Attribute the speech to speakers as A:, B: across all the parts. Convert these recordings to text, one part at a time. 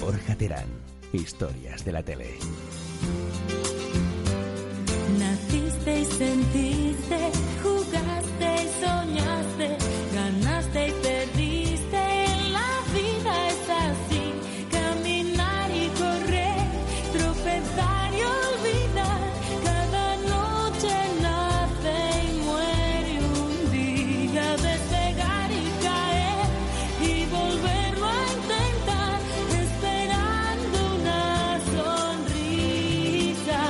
A: Borja Terán, historias de la tele.
B: Naciste y sentiste, jugaste y soñaste, ganaste y perdiste. La vida es así, caminar y correr, tropezar y olvidar. Cada noche nace y muere un día, despegar y caer y volverlo a intentar, esperando una sonrisa.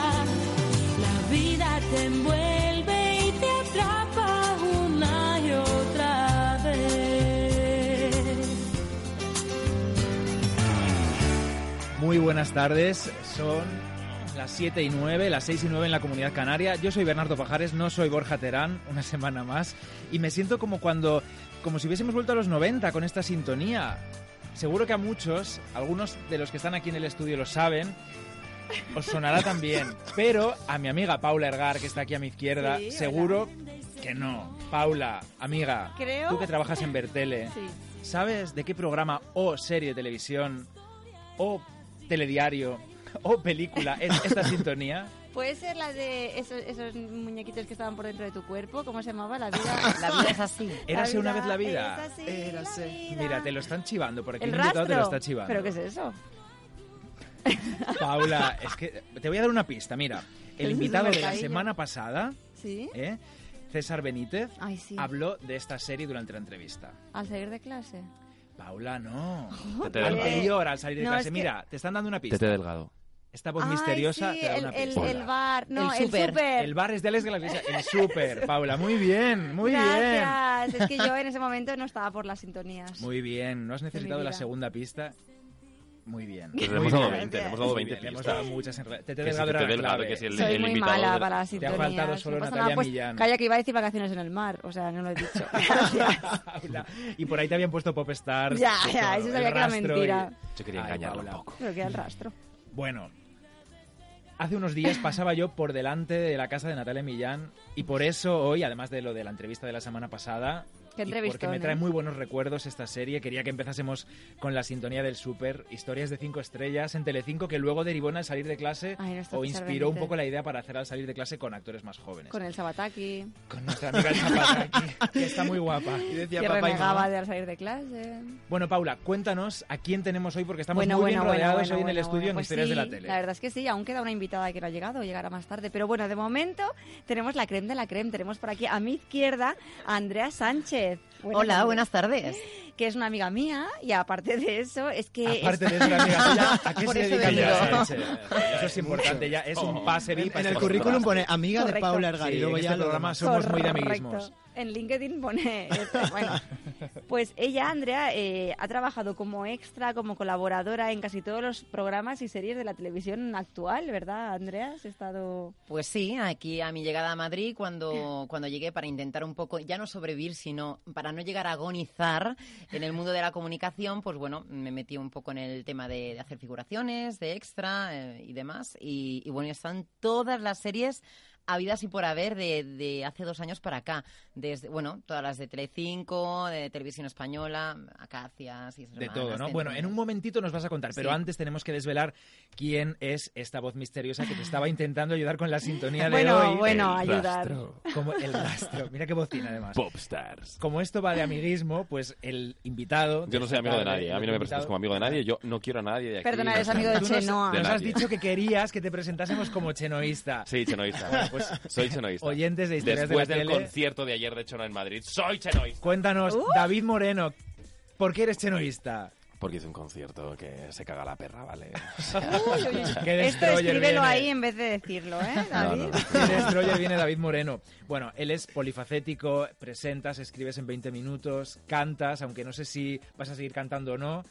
B: La vida te envuelve y te atrapa una y otra vez.
C: Muy buenas tardes, son las 7 y 9, las 6 y 9 en la comunidad canaria. Yo soy Bernardo Pajares, no soy Borja Terán, una semana más, y me siento como cuando, como si hubiésemos vuelto a los 90 con esta sintonía. Seguro que a muchos, algunos de los que están aquí en el estudio lo saben, os sonará también, pero a mi amiga Paula Ergar, que está aquí a mi izquierda,
D: Sí, hola.
C: seguro que no. Paula, amiga,
D: Creo-
C: tú que trabajas en Bertele,
D: Sí.
C: ¿Sabes de qué programa o serie de televisión o telediario o película es esta sintonía?
D: Puede ser la de esos, esos muñequitos que estaban por dentro de tu cuerpo. ¿Cómo se llamaba? La vida.
E: La vida es así.
C: Érase una vez la
D: es
C: vida.
D: así,
E: Érase.
D: la vida.
C: Mira, te lo están chivando, por aquí
D: El
C: un invitado te lo
D: rastro.
C: está chivando.
D: ¿Pero qué es eso?
C: Paula, es que te voy a dar una pista, mira. El
D: Es
C: invitado de la
D: mercadillo.
C: semana pasada,
D: ¿Sí?
C: ¿eh? César Benítez,
D: Ay, Ah, sí.
C: habló de esta serie durante la entrevista.
D: Al salir de clase.
C: Paula, no.
F: Tete Delgado.
C: Anterior al salir de
D: No,
C: clase,
D: es que-
C: mira, te están dando una
F: Tete
C: pista.
F: Delgado.
C: Esta voz
D: Ay,
C: Pues misteriosa
D: sí,
C: te da
D: el,
C: una
D: el-
C: pista.
D: el bar. No,
E: El
D: el
E: súper.
D: súper.
C: El bar es de Alex de la Iglesia. El súper, Paula. Muy bien, muy bien.
D: Gracias. Es que yo en ese momento no estaba por las sintonías.
C: Muy bien, ¿no has necesitado
D: mi
C: la
D: vida.
C: segunda pista? Muy bien.
F: Pues le
C: Muy
F: hemos dado
C: bien.
F: 20, le hemos dado
C: Muy
F: 20
C: bien, le hemos
F: pistas.
C: dado muchas en realidad. Te te
F: Que si
C: delgado era
F: Tete
C: la
F: Delgado,
C: clave.
F: que si el-
D: Soy muy
F: invitado
D: mala
F: de-
D: para las
C: Te ha
D: sintonías.
C: faltado solo
D: no pasa
C: Natalia
D: nada, pues,
C: Millán.
D: Calla que iba a decir vacaciones en el mar. O sea, no lo he dicho.
C: Paula, Y por ahí te habían puesto Pop Stars.
D: Ya,
C: y
D: ya,
C: todo,
D: eso
C: el
D: sabía que era
C: rastro
D: mentira.
F: Yo quería
C: Ay,
F: engañarlo
C: Paula.
F: un poco.
D: Pero queda el rastro.
C: Bueno, hace unos días pasaba yo por delante de la casa de Natalia Millán y por eso hoy, además de lo de la entrevista de la semana pasada,
D: Qué
C: y porque
D: entrevistón,
C: me trae
D: ¿eh?
C: muy buenos recuerdos esta serie, quería que empezásemos con la sintonía del Super, historias de cinco estrellas en Telecinco que luego derivó en el salir de clase
D: Ay, nuestro
C: o
D: César
C: inspiró un
D: Benítez.
C: poco la idea para hacer al salir de clase con actores más jóvenes.
D: Con el Sabataki.
C: Con nuestra amiga el Zapataki, que está muy guapa.
D: Que renegaba de al salir de clase.
C: Bueno, Paula, cuéntanos a quién tenemos hoy porque estamos muy bien rodeados hoy en el
D: bueno,
C: estudio
D: bueno.
C: en
D: Pues
C: Historias
D: sí,
C: de la Tele.
D: La verdad es que sí, aún queda una invitada que no ha llegado, llegará más tarde. Pero bueno, de momento tenemos la creme de la creme. Tenemos por aquí a mi izquierda a Andrea Sánchez. Buenas
E: Hola,
D: tardes.
E: buenas tardes.
D: Que es una amiga mía y aparte de eso es que... es-
C: Aparte de eso, la amiga tuya, ¿a qué
E: Por
C: se
E: eso
C: dedica
E: digo.
C: Andrea Sánchez? Eso es importante, ya Oh. es un pase VIP.
G: En el currículum pone amiga de
D: Correcto.
G: Paula Argar
C: Sí,
G: y luego
C: en
G: ya
C: este
G: lo
C: programa
G: demás.
C: somos muy de
D: Correcto.
C: amiguismos.
D: En LinkedIn pone... este, bueno. pues ella, Andrea, eh, ha trabajado como extra, como colaboradora en casi todos los programas y series de la televisión actual, ¿verdad, Andrea? Has estado...
E: Pues sí, aquí a mi llegada a Madrid, cuando, cuando llegué para intentar un poco, ya no sobrevivir, sino para no llegar a agonizar en el mundo de la comunicación, pues bueno, me metí un poco en el tema de, de hacer figuraciones, de extra eh, y demás. Y, y bueno, están todas las series habidas y por haber de, de hace dos años para acá. Desde, bueno, todas las de Telecinco, de Televisión Española, Acacias y
C: De todo, ¿no? Bueno, en un momentito nos vas a contar, pero
E: Sí.
C: antes tenemos que desvelar quién es esta voz misteriosa que te estaba intentando ayudar con la sintonía de
D: Bueno,
C: hoy.
D: bueno, ayudar.
C: Como el rastro. Mira qué bocina, además.
F: Popstars.
C: Como esto va de amiguismo, pues el invitado...
F: Yo no
C: esta
F: soy amigo de
C: tarde,
F: nadie. A mí
C: nuestro
F: no me presentas
C: invitado-
F: como amigo de nadie. Yo no quiero a nadie de aquí.
D: Perdona,
F: No
D: eres
F: sé.
D: amigo de
C: Tú nos-
D: Chenoa.
F: De
C: Nos has
F: nadie.
C: dicho que querías que te presentásemos como chenoísta.
F: Sí, chenoísta. Bueno, pues soy chenoísta.
C: Oyentes de historias
F: Después
C: de la
F: del
C: tele.
F: concierto de ayer de Chenoa en Madrid, soy chenoísta.
C: Cuéntanos, David Moreno, ¿por qué eres chenoísta?
F: Porque hice un concierto que se caga la perra, ¿vale?
C: Que
D: Esto
C: Destroyer
D: escríbelo
C: viene.
D: ahí en vez de decirlo, ¿eh, David?
F: no.
C: El destroyer viene David Moreno. Bueno, él es polifacético, presentas, escribes en 20 minutos, cantas, aunque no sé si vas a seguir cantando o no.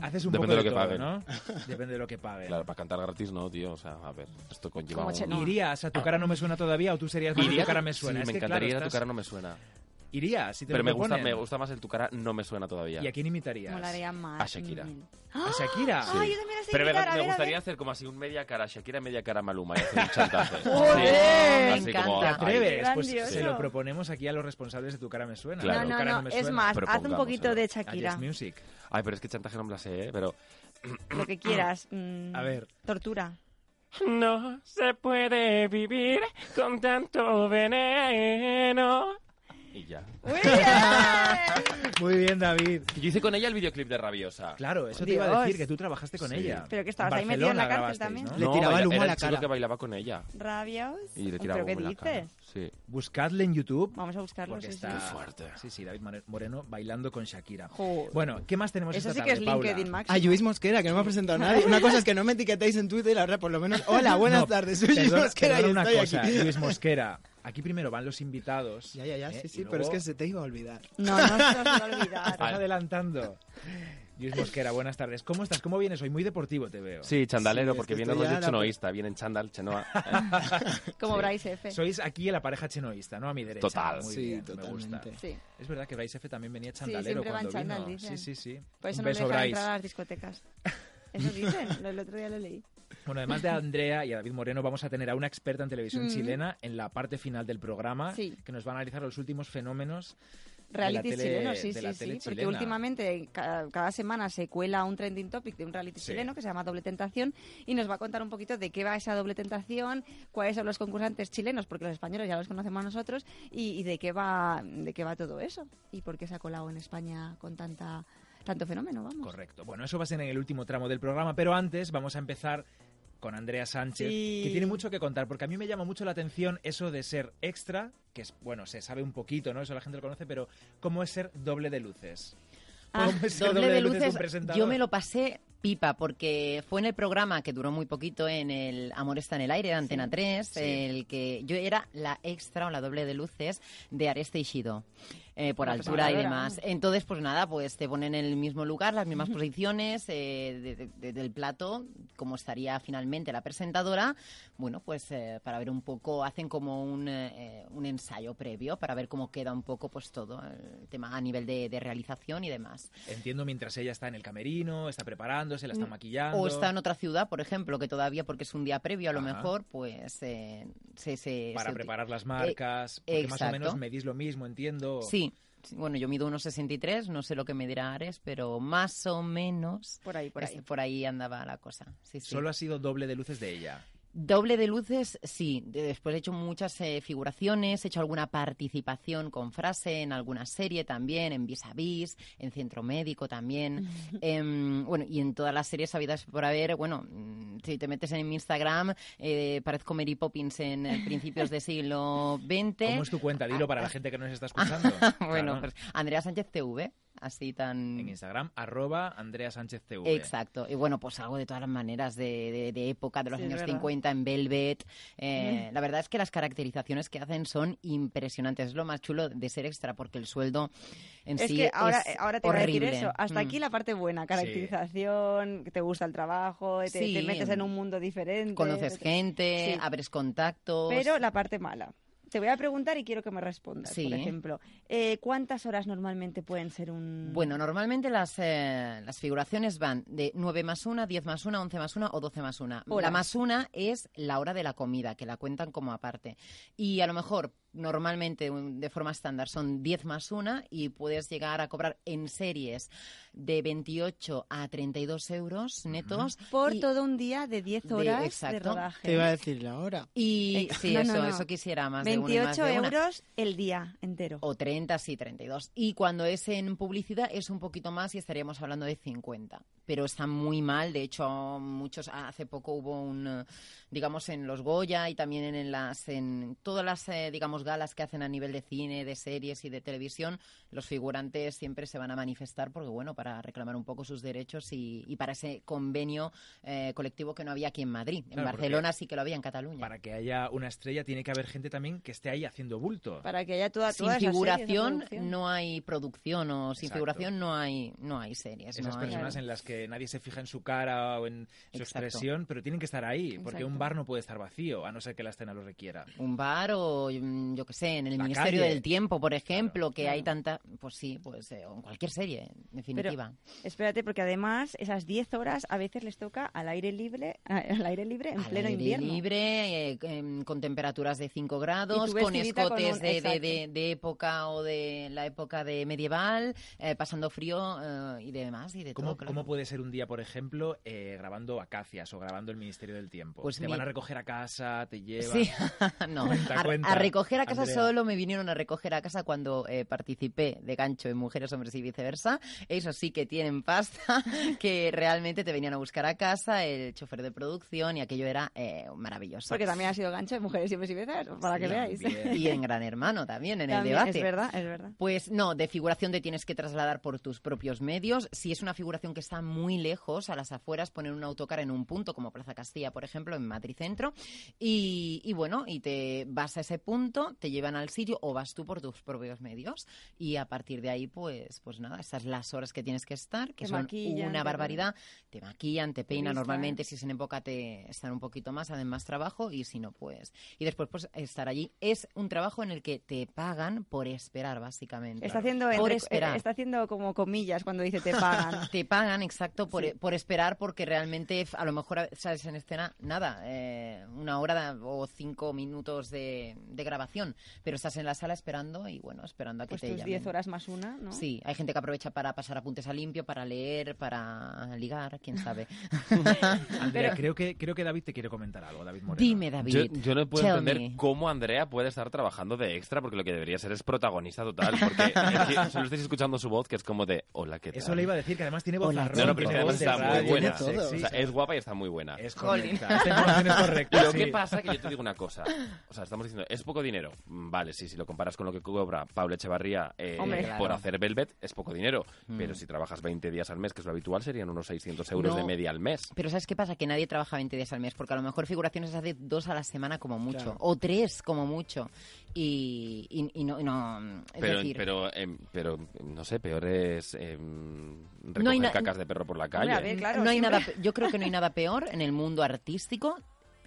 C: Haces un poco
F: Depende de lo que
C: todo,
F: paguen.
C: ¿no? Depende de lo que paguen.
F: Claro, para cantar gratis no, tío. O sea, a ver, esto conlleva
D: Como
F: un...
D: Chenoa.
C: ¿Irías a tu cara no me suena todavía o tú serías más de tu cara me suena?
F: Sí,
C: Es
F: me
C: que,
F: encantaría
C: claro,
F: ir a tu
C: estás-
F: cara no me suena.
C: Iría, si te
F: Pero
C: lo
F: me gusta,
C: proponen.
F: me gusta más el tu cara, no me suena todavía.
C: ¿Y a quién imitarías?
D: Molaría más.
F: A Ah, Shakira.
D: Mm.
C: ¿A Shakira?
D: Ay, yo también la sé
F: Pero me,
D: imitar, a
F: me
D: ver, a
F: gustaría
D: ver.
F: hacer como así un media cara Shakira, media cara Maluma y hacer un chantaje. Sí,
E: ¡Joder!
F: así
E: Me
F: como,
E: encanta.
F: ay,
C: ¿Atreves? Pues
D: Grandioso.
C: se lo proponemos aquí a los responsables de Tu cara me suena.
F: Claro.
C: Tu
D: no,
C: cara
D: no, no,
C: me
D: es
C: suena.
D: más, haz un
F: Propongámoselo.
D: poquito de
C: A
D: Shakira,
C: Yes Music.
F: Ay, pero es que chantaje no me la sé, ¿eh? Pero...
D: lo que quieras. mm,
C: A ver.
D: Tortura.
F: No se puede vivir con tanto veneno. Y ya.
D: ¡Muy bien!
C: Muy bien, David.
F: Yo hice con ella el videoclip de Rabiosa.
C: Claro, eso te iba a
D: Dios.
C: decir, que tú trabajaste con
F: Sí.
C: ella.
D: Pero que estabas ahí metido en la
C: Barcelona
D: cárcel
C: grabasteis,
D: también.
C: ¿no?
G: Le tiraba
F: baila-
G: el humo a
F: era
G: la
F: chico
G: cara.
F: que bailaba con ella.
D: Rabios.
F: Y le tiraba
D: ¿Pero qué
F: humo en la cara.
D: dices?
F: Sí.
C: Buscadle en YouTube.
D: Vamos a buscarlo.
C: Porque
D: sí, sí.
C: está
F: Qué fuerte.
C: Sí, sí, David More- Moreno bailando con Shakira.
D: Joder.
C: Bueno, ¿qué más tenemos
D: Eso
C: esta
D: sí que es
C: tarde, Paula?
D: LinkedIn Max.
G: A Lluís Mosquera, que no me ha presentado nadie. Una cosa es que no me etiquetáis en Twitter, ahora por lo menos. Hola, buenas
C: No,
G: tardes, soy Lluís
C: Perdona,
G: Mosquera y
C: perdona una
G: estoy
C: cosa,
G: aquí.
C: Luis Mosquera. Aquí primero van los invitados.
G: Ya, ya, ya,
C: ¿eh?
G: sí,
C: Y
G: sí,
C: luego
G: pero es que se te iba a olvidar.
D: No, no se os va a olvidar.
C: Estás adelantando. Luis Mosquera, buenas tardes. ¿Cómo estás? ¿Cómo vienes hoy? Muy deportivo te veo.
F: Sí, chandalero,
G: Sí, es
F: porque
G: que
F: viene
G: estoy
F: rollo
G: ya la-
F: chenoísta, viene en chandal, chenoa.
D: Como Bryce F.
C: Sois aquí la pareja chenoísta, ¿no? A mi derecha.
F: Total.
C: Muy
G: Sí,
C: bien, me
G: totalmente.
C: gusta.
D: Sí,
C: Es verdad que Bryce F también venía
D: Sí,
C: chandalero
D: siempre va en
C: cuando vino.
D: chándal, dicen.
C: Sí, sí, sí.
D: por eso
C: Un
D: no le
C: beso,
D: dejan
C: Bryce.
D: entrar a las discotecas. Eso dicen, lo- el otro día lo leí.
C: Bueno, además de a Andrea y a David Moreno, vamos a tener a una experta en televisión
D: Ujú.
C: chilena en la parte final del programa
D: Mm. Sí.
C: que nos va a analizar los últimos fenómenos
D: Reality
C: tele-
D: chileno, sí,
C: de la
D: sí, sí.
C: tele
D: Porque
C: chilena.
D: últimamente ca- cada, semana se cuela un trending topic de un reality
C: Sí.
D: chileno que se llama Doble Tentación y nos va a contar un poquito de qué va esa doble tentación, cuáles son los concursantes chilenos, porque los españoles ya los conocemos nosotros, y, y de qué va de qué va todo eso y por qué se ha colado en España con tanta tanto fenómeno, vamos.
C: Correcto. Bueno, eso va a ser en el último tramo del programa, pero antes vamos a empezar con Andrea Sánchez,
D: Sí.
C: que tiene mucho que contar, porque a mí me llama mucho la atención eso de ser extra, que es, bueno, se sabe un poquito, ¿no? Eso la gente lo conoce, pero ¿cómo es ser doble de luces?
E: Ah,
C: ¿Cómo es ser
E: doble de
C: de
E: luces.
C: un presentador?
E: Yo me lo pasé pipa porque fue en el programa que duró muy poquito en el Amor está en el aire de Antena 3,
C: sí.
E: el que yo era la extra o la doble de luces de Areste Ishido. eh, por
D: Una
E: altura y
D: presentadora.
E: demás. Entonces, pues nada, pues te ponen en el mismo lugar, las mismas posiciones eh, de- de- de- del plato, como estaría finalmente la presentadora. Bueno, pues eh, para ver un poco, hacen como un, eh, un ensayo previo para ver cómo queda un poco pues todo el tema a nivel de- de realización y demás.
C: Entiendo mientras ella está en el camerino, está preparándose, la está maquillando.
E: Mm, O está en otra ciudad, por ejemplo, que todavía porque es un día previo a lo
C: Ajá.
E: mejor, pues eh, se, se...
C: para
E: se uti-
C: preparar las marcas, porque más o
E: exacto.
C: menos medís lo mismo, entiendo.
E: Sí. Sí, Bueno, yo mido unos 63, no sé lo que me dirá Ares, pero más o menos
D: Por ahí, por
E: es-
D: ahí.
E: andaba la cosa. Sí, sí.
C: Solo ha sido doble de luces de ella.
E: Doble de luces, sí. De- Después he hecho muchas eh, figuraciones, he hecho alguna participación con frase en alguna serie también, en Vis a Vis, en Centro Médico también. Em, bueno, y en todas las series habidas por haber, bueno, mm, si te metes en mi Instagram, eh, parezco Mary Poppins en eh, principios del siglo XX.
C: ¿Cómo es tu cuenta? Dilo para la gente que nos está escuchando.
E: bueno,
C: Claro.
E: pues Andrea Sánchez TV, así tan...
C: En Instagram, arroba Andrea Sánchez TV.
E: mm. Exacto. Y bueno, pues algo de todas las maneras de, de- de época, de los
D: Sí, es
E: años
D: verdad.
E: 50, en Velvet. Eh, La verdad es que las caracterizaciones que hacen son impresionantes. Es lo más chulo de ser extra, porque el sueldo en
D: es
E: sí
D: que ahora,
E: es
D: ahora te
E: horrible.
D: voy a decir eso. Hasta
E: Mm.
D: aquí la parte buena, caracterización, que te gusta el trabajo, te,
E: Sí.
D: te metes en un mundo diferente.
E: Conoces
D: etcétera.
E: gente,
D: Sí.
E: abres contactos.
D: Pero la parte mala. Te voy a preguntar y quiero que me respondas,
E: Sí.
D: por ejemplo. Eh, ¿Cuántas horas normalmente pueden ser un...?
E: Bueno, normalmente las, eh, las figuraciones van de 9 más 1, 10 más 1, 11 más 1 o 12 más 1. La
D: Horas.
E: más 1 es la hora de la comida, que la cuentan como aparte. Y a lo mejor, normalmente, un- de forma estándar, son 10 más 1 y puedes llegar a cobrar en series de 28 a 32 euros netos.
D: Por
E: y-
D: todo un día de 10
E: De-
D: horas de,
E: exacto.
D: rodaje.
G: Te iba a decir la hora.
E: Y
D: Ex-
E: sí,
D: Eh, no, no,
E: eso,
D: no.
E: eso quisiera más de uno y más
D: 28
E: de una.
D: euros el día entero.
E: O 30, sí, 32. Y cuando es en publicidad es un poquito más y estaríamos hablando de 50. Pero está muy mal. De hecho, muchos hace poco hubo un, eh, digamos, en los Goya y también en las, en todas las, eh, digamos, galas que hacen a nivel de cine, de series y de televisión, los figurantes siempre se van a manifestar porque, bueno, para reclamar un poco sus derechos y, y para ese convenio eh, colectivo que no había aquí en Madrid. En
C: Claro, porque
E: Barcelona sí que lo había, en Cataluña.
C: Para que haya una estrella tiene que haber gente también que que esté ahí haciendo bulto.
D: Para que haya toda,
E: sin
D: toda esa serie, esa
E: figuración
D: producción.
E: no hay producción o sin
C: Exacto.
E: figuración no hay no hay series.
C: Esas
E: no hay-
C: personas en las que nadie se fija en su cara o en su
E: Exacto.
C: expresión, pero tienen que estar ahí, porque un
D: Exacto.
C: bar no puede estar vacío, a no ser que la escena lo requiera.
E: un bar o mm, yo qué sé, en el
C: La
E: Ministerio
C: calle.
E: del Tiempo, por ejemplo, que hay
D: claro.
E: tanta, pues sí, pues eh, o en cualquier serie, en definitiva.
D: Espérate, porque además esas 10 horas a veces les toca al aire libre, a- al aire libre en
E: Al
D: pleno
E: aire
D: invierno.
E: libre, eh, em, con temperaturas de 5 grados,
D: Y tú
E: con
D: vestidita con
E: escotes
D: un-
E: de, de- de-
D: exacto.
E: de época o de la época de medieval, eh, pasando frío eh, y demás y de
C: ¿Cómo,
E: todo. claro.
C: cómo puede ser un día, por ejemplo, eh, grabando Acacias o grabando El Ministerio del Tiempo?
E: Pues
C: te
E: mi-
C: van a recoger a casa, te llevan...
E: Sí, no.
C: Cuenta,
E: a,
C: cuenta,
E: a recoger a casa
C: Andrea.
E: solo me vinieron a recoger a casa cuando eh, participé de gancho en Mujeres, Hombres y Viceversa. Eso sí que tienen pasta, que realmente te venían a buscar a casa, el chofer de producción y aquello era eh, maravilloso.
D: Porque también ha sido gancho de mujeres y bellezas, para que
C: Sí,
D: veáis.
C: también.
E: Y en Gran Hermano también, en
D: También,
E: el debate.
D: Es verdad, es verdad.
E: Pues no, de figuración te tienes que trasladar por tus propios medios. Si es una figuración que está muy lejos, a las afueras, poner un autocar en un punto, como Plaza Castilla, por ejemplo, en Madrid Centro. Y, y bueno, y te vas a ese punto, te llevan al sitio o vas tú por tus propios medios. Y a partir de ahí, pues, pues nada, esas las horas que tienes que estar, que
D: Te
E: son
D: maquillan, te
E: una
D: dan-
E: barbaridad. Te maquillan, te peinan.
D: visten.
E: Normalmente, si es en época, te están un poquito más, hacen más trabajo y si no, pues. Y después, pues, estar allí. Es un trabajo en el que te pagan por esperar, básicamente.
D: Está haciendo,
E: Por
D: entre-
E: esperar.
D: está haciendo como comillas cuando dice te pagan.
E: Te pagan, exacto, por,
D: Sí.
E: por esperar, porque realmente f- a lo mejor sales en escena nada, eh, una hora o cinco minutos de, de grabación, pero estás en la sala esperando y bueno, esperando a que
D: pues
E: te
D: tus
E: llamen.
D: 10 horas más una, ¿no?
E: Sí, hay gente que aprovecha para pasar apuntes a limpio, para leer, para ligar, quién sabe.
C: Andrea,
D: Pero-
C: creo, que, creo que David te quiere comentar algo, David Moreno.
E: Dime, David.
F: Yo, yo no puedo
E: tell
F: entender
E: me.
F: cómo Andrea puede estar trabajando de extra, porque lo que debería ser es protagonista total. Porque es que solo estáis escuchando su voz, que es como de, hola, ¿qué tal?
C: Eso le iba a decir, que además tiene voz
G: Hola,
F: No, no, pero es que además
G: Voz de
F: está muy
G: radio,
F: buena.
G: tiene todo.
F: O sea, es guapa y está muy buena.
C: Es
E: Jolín.
C: correcta. Esta información es correcta.
F: Lo que
C: sí.
F: pasa que yo te digo una cosa. O sea, estamos diciendo, es poco dinero. Mm, Vale, sí, si lo comparas con lo que cobra Pablo Echevarría eh,
D: Hombre.
F: por
E: Claro.
F: hacer Velvet, es poco dinero.
E: Mm.
F: Pero si trabajas 20 días al mes, que es lo habitual, serían unos 600 euros
E: No.
F: de media al mes.
E: Pero ¿sabes qué pasa? Que nadie trabaja 20 días al mes, porque a lo mejor figuraciones se hace dos a la semana como mucho,
G: Claro.
E: o tres como mucho. Y, y- y no, y no- es
F: Pero,
E: decir,
F: pero, em, pero, no sé, peor es em, recoger
E: hay na-
F: cacas de perro por la
D: Hombre, a
F: calle.
D: ver, claro,
E: no hay
D: siempre-
E: nada, pe- yo creo que no hay nada peor en el mundo artístico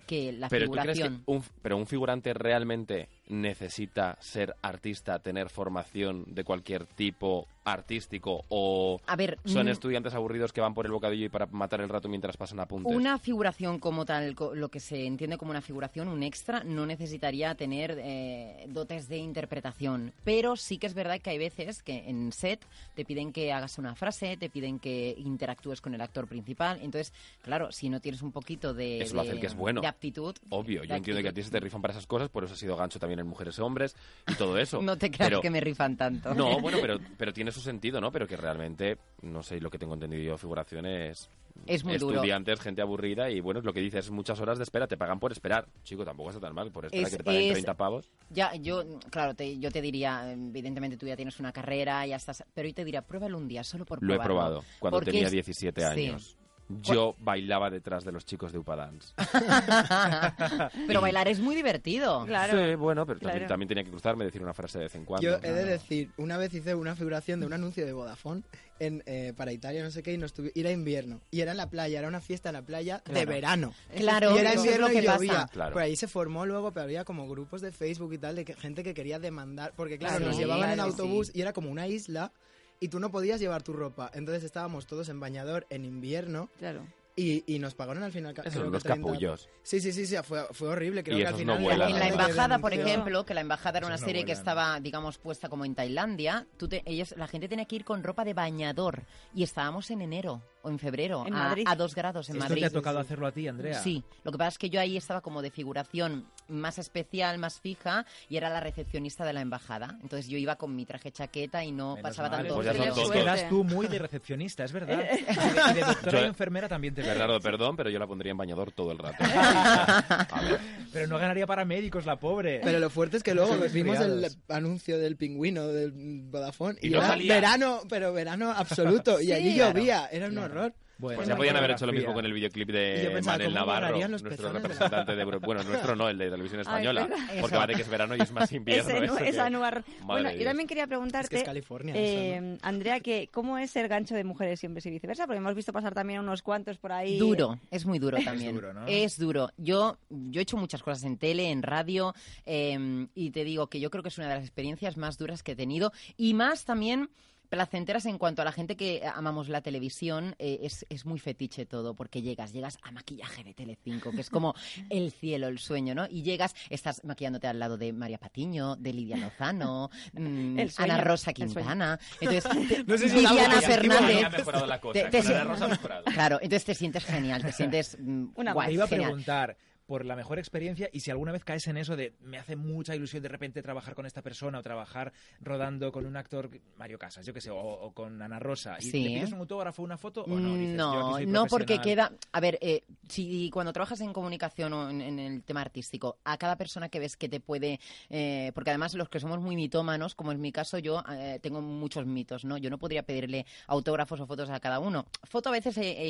E: que la
F: Pero tú crees que
E: figuración.
F: un, pero un figurante realmente necesita ser artista, tener formación de cualquier tipo artístico o
E: A ver,
F: son
E: mm,
F: estudiantes aburridos que van por el bocadillo y para matar el rato mientras pasan apuntes.
E: Una figuración como tal, co- lo que se entiende como una figuración, un extra, no necesitaría tener eh, dotes de interpretación. Pero sí que es verdad que hay veces que en set te piden que hagas una frase, te piden que interactúes con el actor principal. Entonces, claro, si no tienes un poquito de,
F: Eso lo hace el
E: de-
F: que es bueno.
E: de aptitud.
F: Obvio,
E: de
F: yo entiendo que a ti
E: actitud.
F: se te rifan para esas cosas, por eso ha sido gancho también en mujeres y hombres y todo eso.
E: No te creas
F: Pero-
E: que me rifan tanto.
F: No, bueno, pero, pero tiene su sentido, ¿no? Pero que realmente, no sé, lo que tengo entendido yo, figuraciones...
E: Es muy duro.
F: Estudiantes, gente aburrida y bueno, es lo que dices, muchas horas de espera, te pagan por esperar. Chico, tampoco está tan mal, por esperar
E: Es-
F: que te paguen
E: es-
F: 30 pavos.
E: Ya, yo, claro, te- yo te diría, evidentemente tú ya tienes una carrera, ya estás, pero yo te diría, pruébalo un día, solo por
F: Lo he
E: probarlo.
F: probado cuando
E: Porque
F: tenía
E: es-
F: 17
E: sí.
F: años. Yo bailaba detrás de los chicos de Upadance.
E: Ah, pero bailar es muy divertido.
D: Claro.
F: Sí, bueno, pero también,
D: Claro.
F: también tenía que cruzarme, decir una frase de vez en cuando.
G: Yo he de decir, una vez hice una figuración de un anuncio de Vodafone en, eh, para Italia, no sé qué, y nos tuvi- y era invierno. Y era en la playa, era una fiesta en la playa de
E: Claro.
G: verano.
E: Claro,
G: y era
E: eso es
G: invierno
E: lo que
G: y llovía.
E: pasa.
F: Claro.
G: Por ahí se formó luego, pero había como grupos de Facebook y tal, de que- gente que quería demandar, porque claro,
E: Claro,
G: nos
E: sí,
G: llevaban en
E: claro,
G: autobús
E: sí.
G: y era como una isla y tú no podías llevar tu ropa. Entonces estábamos todos en bañador en invierno
D: Claro.
G: y, y nos pagaron al final. ca-
F: Esos
G: creo
F: son
G: que
F: los
G: 30.
F: capullos.
G: Sí, sí, sí, sí, fue, fue horrible. Creo
F: Y
G: que al
F: esos
G: final
F: no vuelan,
E: en la
F: Claro.
E: embajada, por
G: denunció-
E: ejemplo, que la embajada
C: Eso
E: era una
C: no
E: serie que
C: vuelan.
E: estaba, digamos, puesta como en Tailandia, tú te- ellos, la gente tenía que ir con ropa de bañador y estábamos en enero o en febrero
D: En
E: a,
D: Madrid.
E: a dos grados en
C: ¿Esto
E: Madrid.
C: te ha tocado hacerlo a ti, Andrea?
E: Sí, lo que pasa es que yo ahí estaba como de figuración más especial, más fija, y era la recepcionista de la embajada. Entonces yo iba con mi traje chaqueta y no
C: Menos
E: pasaba
C: mal,
E: tanto
F: pues ya
E: frío.
F: son
C: Es que
F: Todos.
C: das tú muy de recepcionista, es verdad. Y de- Y de doctora
F: Yo-
C: y enfermera también te veo.
F: "Eh, Bernardo, perdón, pero yo la pondría en bañador todo el rato. Pues A ver,
C: Pero no ganaría para médicos la pobre.
G: Pero lo fuerte es que luego
C: Somos
G: vimos el
C: criados.
G: anuncio del pingüino del Vodafone y,
F: Y no
G: era
F: salía.
G: verano, pero verano absoluto. y allí
E: claro.
G: llovía, era un
E: Claro.
G: horror.
C: Bueno,
F: Pues
G: Es
F: ya
G: una
F: podían haber hecho lo
C: coreografía.
F: mismo con el videoclip
G: Y yo
F: de
G: pensaba,
F: Manel
G: ¿cómo
F: Navarro,
G: volarían los
F: nuestro
G: pezones de la-
F: representante de Europa. Bueno, nuestro no, el de Televisión Española,
D: verdad.
F: porque
E: Eso.
F: va de que es verano y es más invierno.
D: Ese
F: eso
D: nu-
F: que-
D: esa nueva- Bueno,
F: de
D: yo
F: Dios.
D: también quería
G: Es que es
D: preguntarte,
G: California. eso, ¿no?
D: eh, Andrea, que ¿cómo es el gancho de mujeres siempre y viceversa? Porque hemos visto pasar también unos cuantos por ahí.
E: Duro, es muy duro también.
C: duro, ¿no?
E: Es duro. Yo, yo he hecho muchas cosas en tele, en radio, eh, y te digo que yo creo que es una de las experiencias más duras que he tenido y más también placenteras en cuanto a la gente que amamos la televisión, eh, es, es muy fetiche todo, porque llegas, llegas a maquillaje de Telecinco, que es como el cielo, el sueño, ¿no? Y llegas, estás maquillándote al lado de María Patiño, de Lidia Lozano, mm,
D: El sueño,
E: Ana Rosa
D: el sueño.
E: Quintana, entonces, te-
G: No sé si es algo
E: Viviana
G: que-
E: Fernández.
F: Ha mejorado la cosa,
E: Te- te
F: con la de
E: sien-
F: Rosa ha mejorado.
E: Claro, entonces te sientes genial, te sientes mm,
D: Una
E: guay,
C: Te iba a
E: genial.
C: preguntar por la mejor experiencia y si alguna vez caes en eso de me hace mucha ilusión de repente trabajar con esta persona o trabajar rodando con un actor Mario Casas, yo qué sé, o, o con Ana Rosa. ¿Y
E: Sí.
C: ¿Le pides un autógrafo, una foto o no? Dices, yo aquí
E: No,
C: soy
E: no, porque
C: profesional.
E: queda. A ver, eh, si cuando trabajas en comunicación o en, en el tema artístico, a cada persona que ves que te puede. eh, porque además, los que somos muy mitómanos, como es mi caso, yo eh, tengo muchos mitos, ¿no? Yo no podría pedirle autógrafos o fotos a cada uno. Foto a veces he, he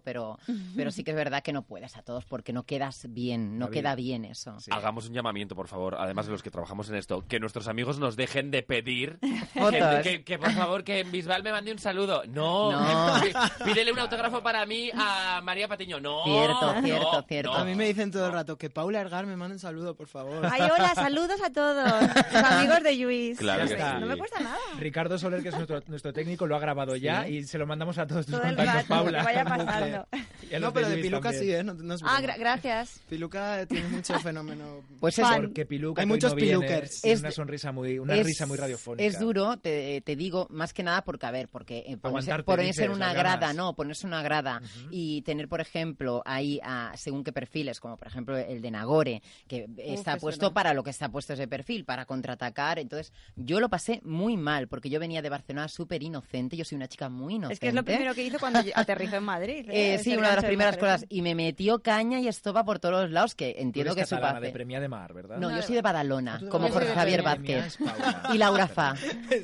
E: pero, pero sí que es verdad que no puedes a todos porque no quedas bien, no
C: David.
E: queda bien eso.
C: Sí.
F: Hagamos un llamamiento, por favor, además de los que trabajamos en esto, que nuestros amigos nos dejen de pedir
E: Fotos.
F: que, que- que, por favor que en Bisbal me mande un saludo. No,
E: No.
F: pídele un autógrafo para mí a María Patiño. No,
E: Cierto,
F: no,
E: cierto, cierto.
F: no.
E: Ah,
G: A mí me dicen todo el rato que Paula Ergar me mande un saludo, por favor.
D: Ay, hola, saludos a todos, los amigos de Luis.
F: Claro
C: que sí.
D: No me cuesta nada.
C: Ricardo Soler, que es nuestro, nuestro técnico, lo ha grabado ya
E: Sí.
C: y se lo mandamos a todos tus
D: Todo el
C: contactos,
D: rato,
C: Paula.
D: que vaya
C: en bucle.
D: pasando.
C: Y a los
G: no, pero de
C: Luis
G: Piluca
C: también.
G: sí, ¿eh? No, no es
D: Ah,
G: broma.
D: gra- gracias.
G: Piluca tiene mucho fenómeno.
E: Pues es,
D: Fan.
C: Porque Piluca
G: Hay
C: que hoy
G: muchos
C: no viene,
G: pilucers.
C: tiene
E: Es-
C: una sonrisa muy, una
E: es-
C: risa muy radiofónica.
E: Es duro, te, te digo, más que nada porque, a ver, porque eh, ponerse,
C: Aguantarte,
E: ponerse en
C: dices,
E: una
C: las
E: grada,
C: ganas.
E: no, ponerse en una grada y tener, por ejemplo, ahí, a, según qué perfiles, como por ejemplo el de Nagore, que está
G: es
E: puesto
G: verdad.
E: para lo que está puesto ese perfil, para contraatacar. Entonces, yo lo pasé muy mal porque yo venía de Barcelona súper inocente, yo soy una chica muy inocente.
D: Es que es lo primero que hizo cuando yo- aterrizó en Madrid.
E: Eh,
D: ¿eh?
E: sí,
D: Ese
E: una de las
D: gancho
E: primeras
D: mujeres.
E: cosas. Y me metió caña y estopa por todos los lados, que
C: Tú eres
E: entiendo que es su
C: catalana, de
E: parte.
C: Premia de Mar, ¿verdad?
E: No, yo soy de Badalona,
C: Ah, tú de
E: como
D: Badalona.
E: Jorge
D: Yo soy de
E: Javier
C: Badalona.
E: Vázquez.
C: Mía es Paula.
E: Y Laura Fa.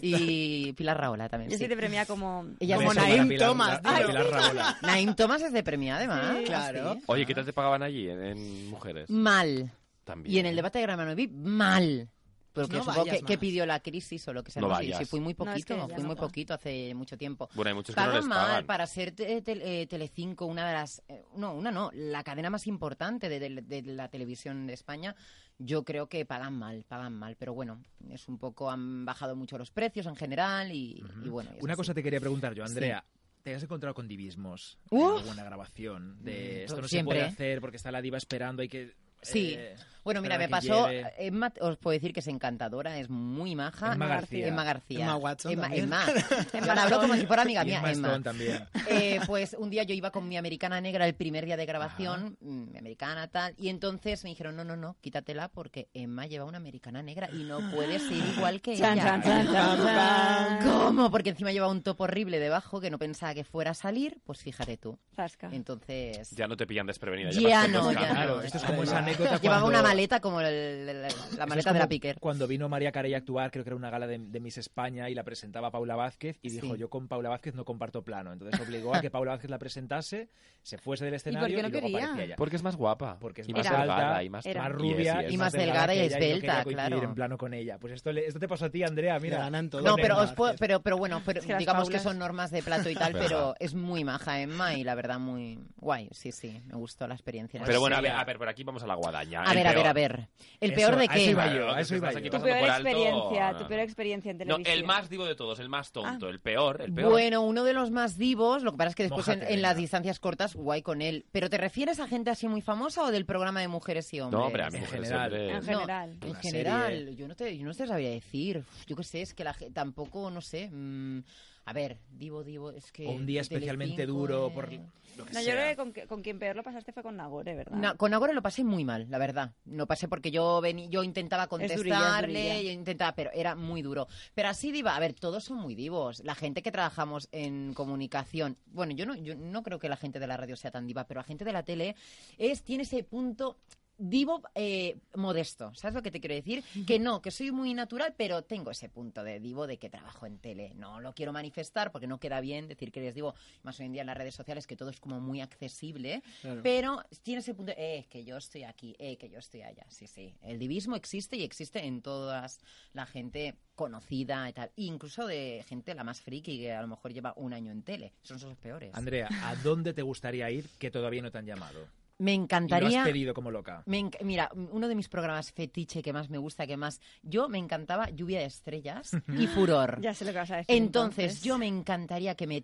E: Y Pilar Raola también.
D: Yo
E: sí.
D: sí te premia como...
E: Ella
G: Como
E: me-
C: Beso
G: Naim
C: para Pilar-
G: Thomas,
C: para
G: tío.
C: Pilar Rahola.
E: Naim Thomas es de premia, además.
D: Sí,
G: claro.
E: Sí.
F: Oye, ¿qué tal te pagaban allí en, en mujeres?
E: Mal.
F: También.
E: Mm, Y en el debate de Gran Hermano VIP, mal. Pero
G: Pues
E: que
G: no
E: supongo
G: vayas
E: que, que
G: más.
E: pidió la crisis o lo que sea.
F: No
E: sé,
F: vayas.
E: sí, fui muy
D: No, es
E: poquito,
D: que ya
E: fui
D: no
E: muy
D: puedo.
E: poquito hace mucho tiempo.
F: Bueno, hay muchos que no
E: Pagan
F: les
E: mal
F: pagan.
E: para ser te- tel- eh, Telecinco, una de las... eh, no, una no, la cadena más importante de, de- de la televisión de España. Yo creo que pagan mal, pagan mal. Pero bueno, es un poco... Han bajado mucho los precios en general y, y bueno... y es
C: Una
E: así.
C: cosa te quería preguntar yo, Andrea. ¿Te has encontrado con divismos en
E: Uf.
C: alguna grabación?
E: Mm,
C: De esto no
E: siempre,
C: se
E: ¿eh?
C: puede hacer porque está la diva esperando, hay que...
E: Sí.
C: eh,
E: Bueno, mira, me
C: esperar a que
E: pasó.
C: llegue.
E: Emma, os puedo decir que es encantadora, es muy maja.
C: Emma García.
E: Emma García.
G: Emma Watson
E: Emma,
G: también.
E: Emma. Yo la hablo como si fuera amiga
C: y
E: mía,
C: Emma
E: Emma.
C: Stone también.
E: Eh, pues un día yo iba con mi americana negra el primer día de grabación, mm, americana tal, y entonces me dijeron, no, no, no, quítatela porque Emma lleva una americana negra y no puedes ir igual que
D: Chan,
E: ella.
D: chan, chan, chan, chan.
E: ¿Cómo? Porque encima lleva un top horrible debajo que no pensaba que fuera a salir, pues fíjate tú.
D: Zasca.
E: Entonces...
F: Ya no te pillan desprevenida.
E: Ya
F: vas con
E: no,
F: dos
E: ya
F: cámaras.
E: no.
C: Claro, esto es como esa anécdota
E: Llevaba
C: cuando-
E: una maleta como el- el- el- la
C: Eso
E: maleta
C: es
E: de la
C: como
E: Piquer.
C: Cuando vino María Carey a actuar, creo que era una gala de, de Miss España y la presentaba Paula Vázquez y dijo,
E: Sí.
C: yo con Paula Vázquez no comparto plano. Entonces obligó a que Paula Vázquez la presentase, se fuese del
D: qué
C: escenario y,
D: no
C: luego
D: quería?
C: aparecía ella.
F: Porque es más guapa.
C: Porque es
F: y
C: más
D: Era.
F: delgada. Y más,
D: Era.
C: más
F: Y es,
C: rubia
F: es.
E: Y más delgada y
C: que ella, no
E: esbelta,
C: quería coincidir
E: claro.
C: en plano con ella. Pues esto, le- esto te pasó a ti, Andrea,
G: Le
C: mira.
G: ganan todo.
E: No,
C: Con
E: pero,
C: Emma.
E: os puedo- pero, pero bueno, pero
D: Es que las
E: digamos que
D: Paulas-
E: son normas de plato y tal,
F: Verdad.
E: pero es muy maja Emma y la verdad muy guay. Sí, sí, me gustó la experiencia.
F: Pero bueno, a ver, a ver, por aquí vamos a la guadaña.
E: a
F: El
E: ver, a ver,
F: peor.
E: a ver. ¿El
C: Eso,
E: peor de
C: a eso
E: qué?
C: iba yo,
F: Claro,
C: a eso
F: que
C: iba
F: estás aquí
C: yo.
D: Tu
F: pasando
D: peor
F: por alto.
D: experiencia,
F: No,
D: tu
F: no.
D: peor experiencia en
F: No,
D: televisión.
F: el más digo de todos, el más tonto, el peor, el peor.
E: Bueno, uno de los más divos, lo que pasa es que después en,
C: Mójate,
E: en las
C: venga.
E: distancias cortas, guay con él. ¿Pero te refieres a gente así muy famosa o del programa de mujeres y hombres?
F: no, hombre, a mí
C: En
F: mujeres,
C: general.
F: hombre.
D: En general.
E: En
C: Una
E: general,
C: serie.
E: yo no te yo no te sabría decir. Uf, Yo qué sé, es que la gente tampoco, no sé. mm, a ver, divo, divo, es que
C: O un día especialmente
E: Telecinco,
C: duro
E: eh.
C: por lo que
D: No, yo
C: sea.
D: creo que con, que- con quien peor lo pasaste fue con Nagore, ¿verdad?
E: No, con Agora lo pasé muy mal, la verdad. Lo pasé porque yo vení- yo intentaba
D: durilla, es
E: contestarle,
D: durilla.
E: yo intentaba, pero era muy duro. Pero así diva, a ver, todos son muy divos. La gente que trabajamos en comunicación, bueno, yo no, yo no creo que la gente de la radio sea tan diva, pero la gente de la tele es, tiene ese punto divo eh, modesto, ¿sabes lo que te quiero decir? Que no, que soy muy natural, pero tengo ese punto de divo de que trabajo en tele. No lo quiero manifestar porque no queda bien decir que eres divo, más hoy en día en las redes sociales que todo es como muy accesible,
G: Claro.
E: pero tiene ese punto, de, eh, que yo estoy aquí, eh, que yo estoy allá. Sí, sí, el divismo existe y existe en todas la gente conocida y tal, incluso de gente la más friki que a lo mejor lleva un año en tele. Son esos peores.
C: Andrea, ¿a dónde te gustaría ir que todavía no te han llamado?
E: Me
C: Y lo
E: encantaría
C: has pedido como loca.
E: me enc- mira, uno de mis programas fetiche que más me gusta, que más... Yo me encantaba Lluvia de Estrellas y Furor.
D: Ya sé lo que vas a decir.
E: Entonces, yo me encantaría que me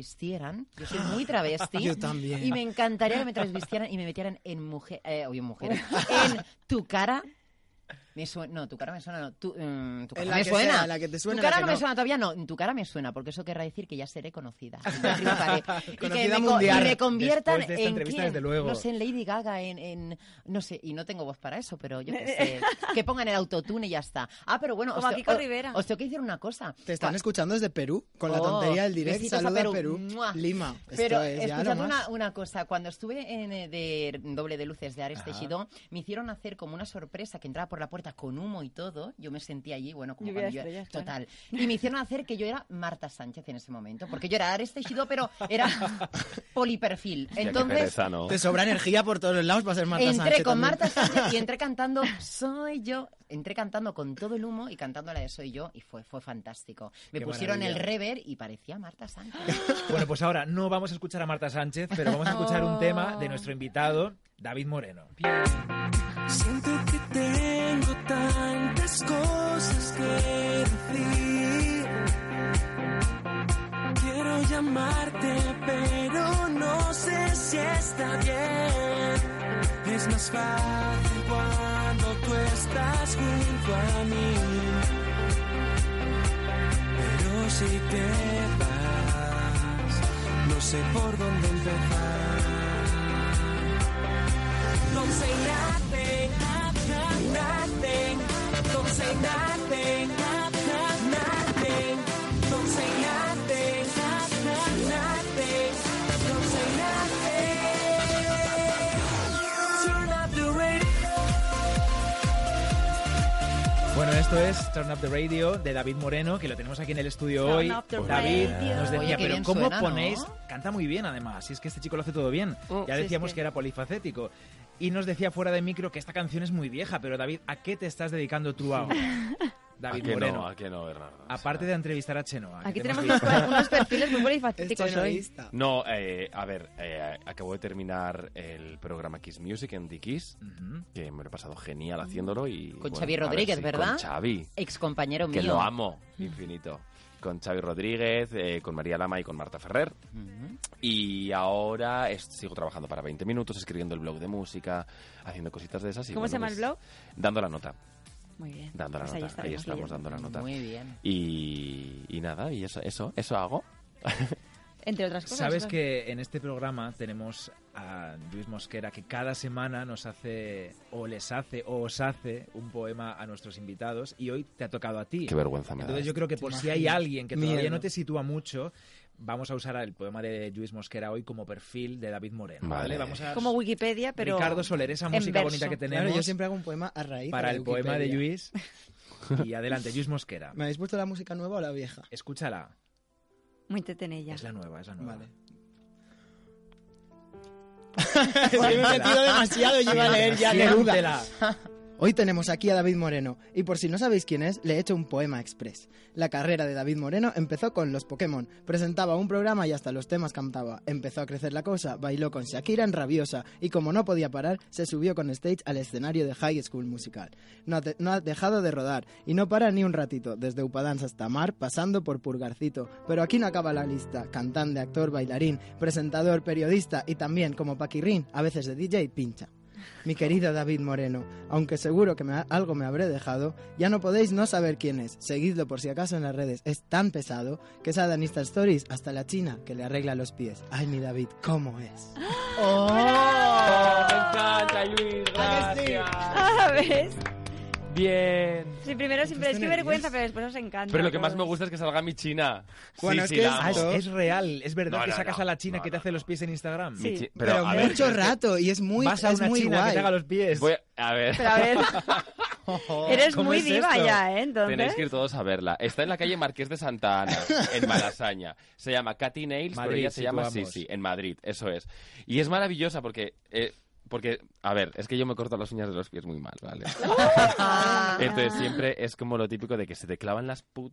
E: trasvistieran. Yo soy muy travesti.
G: Yo también.
E: Y me encantaría que me trasvistieran y me metieran en mujer... Eh, oye, en mujeres. En tu cara... Me suena, no, tu cara me suena, no. Tu, mm, tu cara
G: la
E: me
G: que
E: suena.
G: sea, la que te suena,
E: tu
G: la
E: cara
G: que
E: no, me
G: no.
E: suena todavía, no. En tu cara me suena, porque eso querrá decir que ya seré conocida. Ya triunfaré. y, que
G: Conocida
E: me, co-
G: mundial.
E: y me conviertan
C: Después de esta
E: en.
C: entrevista,
E: quién?
C: desde luego.
E: No sé, en Lady Gaga, en, en- No sé, y no tengo voz para eso, pero yo qué sé. que pongan el autotune y ya está. Ah, pero bueno.
D: Como
E: os
D: a
E: te-
D: Kiko
E: o-
D: Rivera.
E: Os tengo que decir una cosa.
G: Te están
E: Cua-
G: escuchando desde Perú, con la
E: Oh,
G: tontería del directo.
E: besitos a
G: Saludos
E: Perú.
G: a Perú.
E: Mua.
G: Lima. Esto
E: Pero
G: es ya lo
E: escuchando
G: más.
E: una, una cosa, cuando estuve en eh, de doble de luces de Ares Teixidó, me hicieron hacer como una sorpresa que entraba por la puerta con humo y todo. Yo me sentía allí, bueno, como
D: Lluvia
E: cuando
D: de
E: yo-
D: estrellas,
E: total. Y me hicieron hacer que yo era Marta Sánchez en ese momento, porque yo era Ares Teixidó, pero era poliperfil.
F: Qué
E: Entonces
F: pereza, ¿no?
G: Te sobra energía por todos los lados para ser Marta
E: entré
G: Sánchez
E: con
G: también.
E: Marta Sánchez y entré cantando Soy yo. Entré cantando con todo el humo y cantando la de Soy yo y fue, fue fantástico. Me
C: Qué
E: pusieron el
C: maravilla.
E: rever y parecía Marta Sánchez.
C: Bueno, pues ahora no vamos a escuchar a Marta Sánchez, pero vamos a escuchar un
D: Oh.
C: tema de nuestro invitado, David Moreno.
H: Siento que tengo tantas cosas que decir. Quiero llamarte, pero no sé si está bien. Es más fácil cuando tú estás junto a mí. Pero si te vas, no sé por dónde empezar. Don't say nothing, nothing, nothing. Don't say nothing, nothing, nothing. Don't say nothing, nothing, nothing. Don't say nothing. Turn up the radio.
C: Bueno, esto es Turn Up the Radio de David Moreno, que lo tenemos aquí en el estudio
D: Turn
C: hoy.
D: up the
C: David
D: radio.
C: nos
E: Oye,
C: decía,
E: qué
C: pero
E: bien
C: ¿cómo
E: suena, ¿no?
C: ponéis? Canta muy bien, además, si es que este chico lo hace todo bien.
D: Oh,
C: ya
D: sí,
C: decíamos
D: es que-
C: que era polifacético. Y nos decía fuera de micro que esta canción es muy vieja, pero David, ¿a qué te estás dedicando tú ahora? David
F: ¿A qué
C: Moreno.
F: no? ¿A qué no, Bernardo?
C: Aparte de entrevistar a Chenoa. que
D: Aquí
C: te
D: tenemos
C: hemos
D: unos,
C: visto.
D: unos perfiles muy
G: Es
D: polifacéticos hoy.
G: chenoísta.
F: No, eh, a ver, eh, acabo de terminar el programa Kiss Music en The Kiss,
C: Ujú.
F: que me lo he pasado genial haciéndolo y...
E: Con
F: bueno,
E: Xavi
F: a ver
E: Rodríguez,
F: si
E: ¿verdad?
F: Con Xavi,
E: Ex compañero mío.
F: que lo amo infinito. Con Xavi Rodríguez, eh, con María Lama y con Marta Ferrer.
E: Ujú.
F: Y ahora es- sigo trabajando para 20 minutos, escribiendo el blog de música, haciendo cositas de esas. y
D: ¿Cómo se
F: bueno,
D: llama el
F: pues,
D: blog?
F: Dando la nota,
D: Muy bien.
F: dando la
D: Pues
F: nota. Ahí,
D: estaremos
F: estamos
D: leyendo.
F: dando la nota.
E: Muy bien.
F: Y, y nada, y eso, eso, eso hago.
D: Entre otras cosas. pues,
C: Sabes
D: claro.
C: que en este programa tenemos a Luis Mosquera que cada semana nos hace, o les hace, o os hace un poema a nuestros invitados y hoy te ha tocado a ti.
F: Qué vergüenza me da.
C: Entonces yo creo que por
G: ¿Te
C: si hay
G: imaginas?
C: alguien que todavía
G: Miedo.
C: no te sitúa mucho, vamos a usar el poema de Luis Mosquera hoy como perfil de David Moreno.
F: Vale.
C: ¿vale? Vamos a
D: Como Wikipedia, pero.
C: Ricardo Soler, esa
D: en
C: música
D: verso.
C: bonita que tenemos
G: Claro, yo siempre hago un poema a raíz
C: para
G: de
C: el poema de
G: Wikipedia.
C: Luis. Y adelante, Luis Mosquera.
G: ¿Me habéis puesto la música nueva o la vieja?
C: Escúchala.
D: Muy entretenida.
C: Es la nueva, es la nueva.
G: Vale. Es que me he metido demasiado, yo iba a leer ya Neruda.
C: Siéntela.
G: Hoy tenemos aquí a David Moreno, y por si no sabéis quién es, le he hecho un poema express. La carrera de David Moreno empezó con los Pokémon, presentaba un programa y hasta los temas cantaba. Empezó a crecer la cosa, bailó con Shakira en Rabiosa, y como no podía parar, se subió con Stage al escenario de High School Musical. No ha, de- no ha dejado de rodar, y no para ni un ratito, desde Upadance hasta Mar, pasando por Purgarcito. Pero aquí no acaba la lista, cantante, actor, bailarín, presentador, periodista, y también, como Paquirrín, a veces de DJ, pincha. Mi querido David Moreno, aunque seguro que me ha- algo me habré dejado, ya no podéis no saber quién es. Seguidlo por si acaso en las redes. Es tan pesado que se ha dado en Insta Stories hasta la China que le arregla los pies. Ay, mi David, ¿cómo es?
E: ¡Oh!
D: Ah, ¿ves? Pues
I: bien.
D: Sí, primero siempre es que
G: nerviosa.
D: vergüenza, pero después os encanta.
F: Pero lo que
D: a
F: más me
D: todos.
F: gusta es que salga mi China.
G: Bueno,
F: sí,
G: es
F: sí,
G: que
F: la
C: Ah,
F: amo.
C: es, es real. Es verdad
F: No,
C: que
F: no,
C: sacas
F: no.
C: a la China
F: No,
C: que te
F: no,
C: hace
F: no.
C: los pies en Instagram.
F: Mi
D: Sí.
F: chi-
G: Pero,
F: a ver,
G: mucho rato y es muy,
C: Vas a
G: es
C: una
G: muy
C: China que
G: guay.
C: te haga los pies.
F: voy a, a ver,
D: Pero a ver, eres
C: ¿Cómo
D: muy
C: es
D: diva
C: esto?
D: ya, ¿eh? Entonces.
F: tenéis que ir todos a verla. Está en la calle Marqués de Santa Ana, en Malasaña. Se llama Katy Nails, pero
C: Madrid,
F: ella se llama
C: situamos.
F: Sisi, en Madrid, eso es. Y es maravillosa porque... eh, porque, a ver, es que yo me corto las uñas de los pies muy mal, ¿vale?
G: Ah.
D: Ah.
F: Entonces siempre es como lo típico de que se te clavan las put-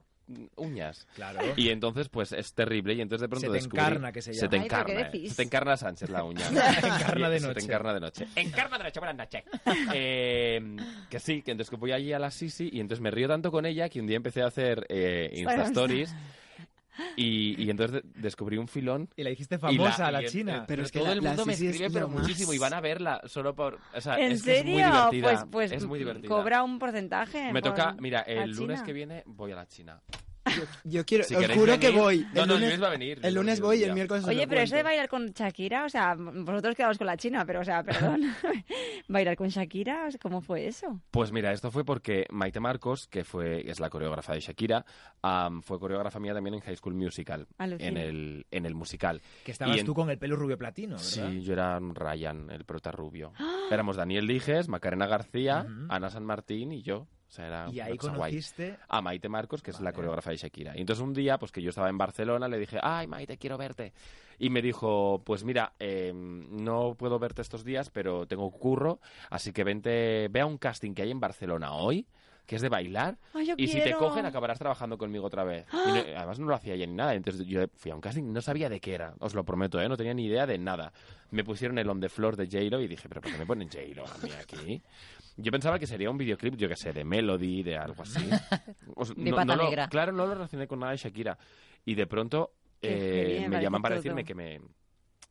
F: uñas.
C: Claro.
F: Y entonces, pues, es terrible. Y entonces, de pronto
C: Se te
F: descubrí-
C: encarna, que se
F: Se
C: llama.
F: te
D: Ay, pero ¿qué
F: encarna. eh.
D: decís?
F: Se te encarna Sánchez la uña.
C: encarna de
F: Se
C: noche.
F: te encarna de noche. Encarna de noche, buenas noches. Eh, que sí, que entonces que voy allí a la Sisi y entonces me río tanto con ella que un día empecé a hacer eh, Insta Stories. Y, y entonces de- descubrí un filón.
C: Y la hiciste
F: y
C: famosa a la
F: y- eh,
C: China.
G: pero es que
F: todo
G: la-
F: el
G: la
F: mundo me
G: Sisi es
F: escribe,
G: lo
F: pero
G: más.
F: muchísimo. Y van a verla solo por. O sea,
D: ¿En
F: es que
D: serio?
F: es muy divertida.
D: Pues, pues
F: es muy divertida.
D: cobra un porcentaje.
F: me
D: por
F: toca, mira,
D: la
F: el lunes
D: China.
F: que viene voy a la China.
G: Yo quiero,
F: Si
G: os
F: queréis
G: juro que
F: venir- No,
G: voy. el
F: no, el
G: lunes,
F: lunes va a venir,
G: El
F: el lunes
G: lunes voy y el
F: ya.
G: miércoles os
D: Oye,
G: lo
D: pero eso de
G: cuento.
D: bailar con Shakira, o sea, vosotros quedaos con la China, pero, o sea, perdón. bailar con Shakira, o sea, ¿cómo fue eso?
F: Pues mira, esto fue porque Maite Marcos, que fue es la coreógrafa de Shakira, am, fue coreógrafa mía también en High School Musical,
D: Alucina.
F: en el, en el musical.
C: Que estabas
F: y en-
C: tú con el pelo rubio platino, Ah, ¿verdad?
F: Sí, yo era un Ryan, el prota rubio. Éramos Daniel Dijes, Macarena García,
C: Ujú.
F: Ana San Martín y yo. O sea, era
C: Y
F: una
C: ahí
F: cosa guay.
C: conociste...
F: a Maite Marcos, que es la
C: Vale.
F: coreógrafa de Shakira. Y entonces un día, pues que yo estaba en Barcelona, le dije, ay Maite, quiero verte. Y me dijo, pues mira, eh, no puedo verte estos días, pero tengo curro, así que vente, ve a un casting que hay en Barcelona hoy, que es de bailar,
D: Ay, yo
F: y si te
D: quiero. ¡Ah!
F: cogen, acabarás trabajando conmigo otra vez. Y no- además no lo hacía ya ni nada. Entonces yo fui a un casting, no sabía de qué era, os lo prometo, ¿eh? no tenía ni idea de nada. Me pusieron el on the floor de J-Lo y dije, ¿pero por qué me ponen J-Lo a mí aquí? Yo pensaba que sería un videoclip, yo qué sé, de Melody, de algo así. Os-
E: De pata
F: lo-
E: negra.
F: claro, no lo relacioné con nada de Shakira. Y de pronto
D: Qué
F: eh,
D: genial,
F: me llaman para
D: todo.
F: decirme que me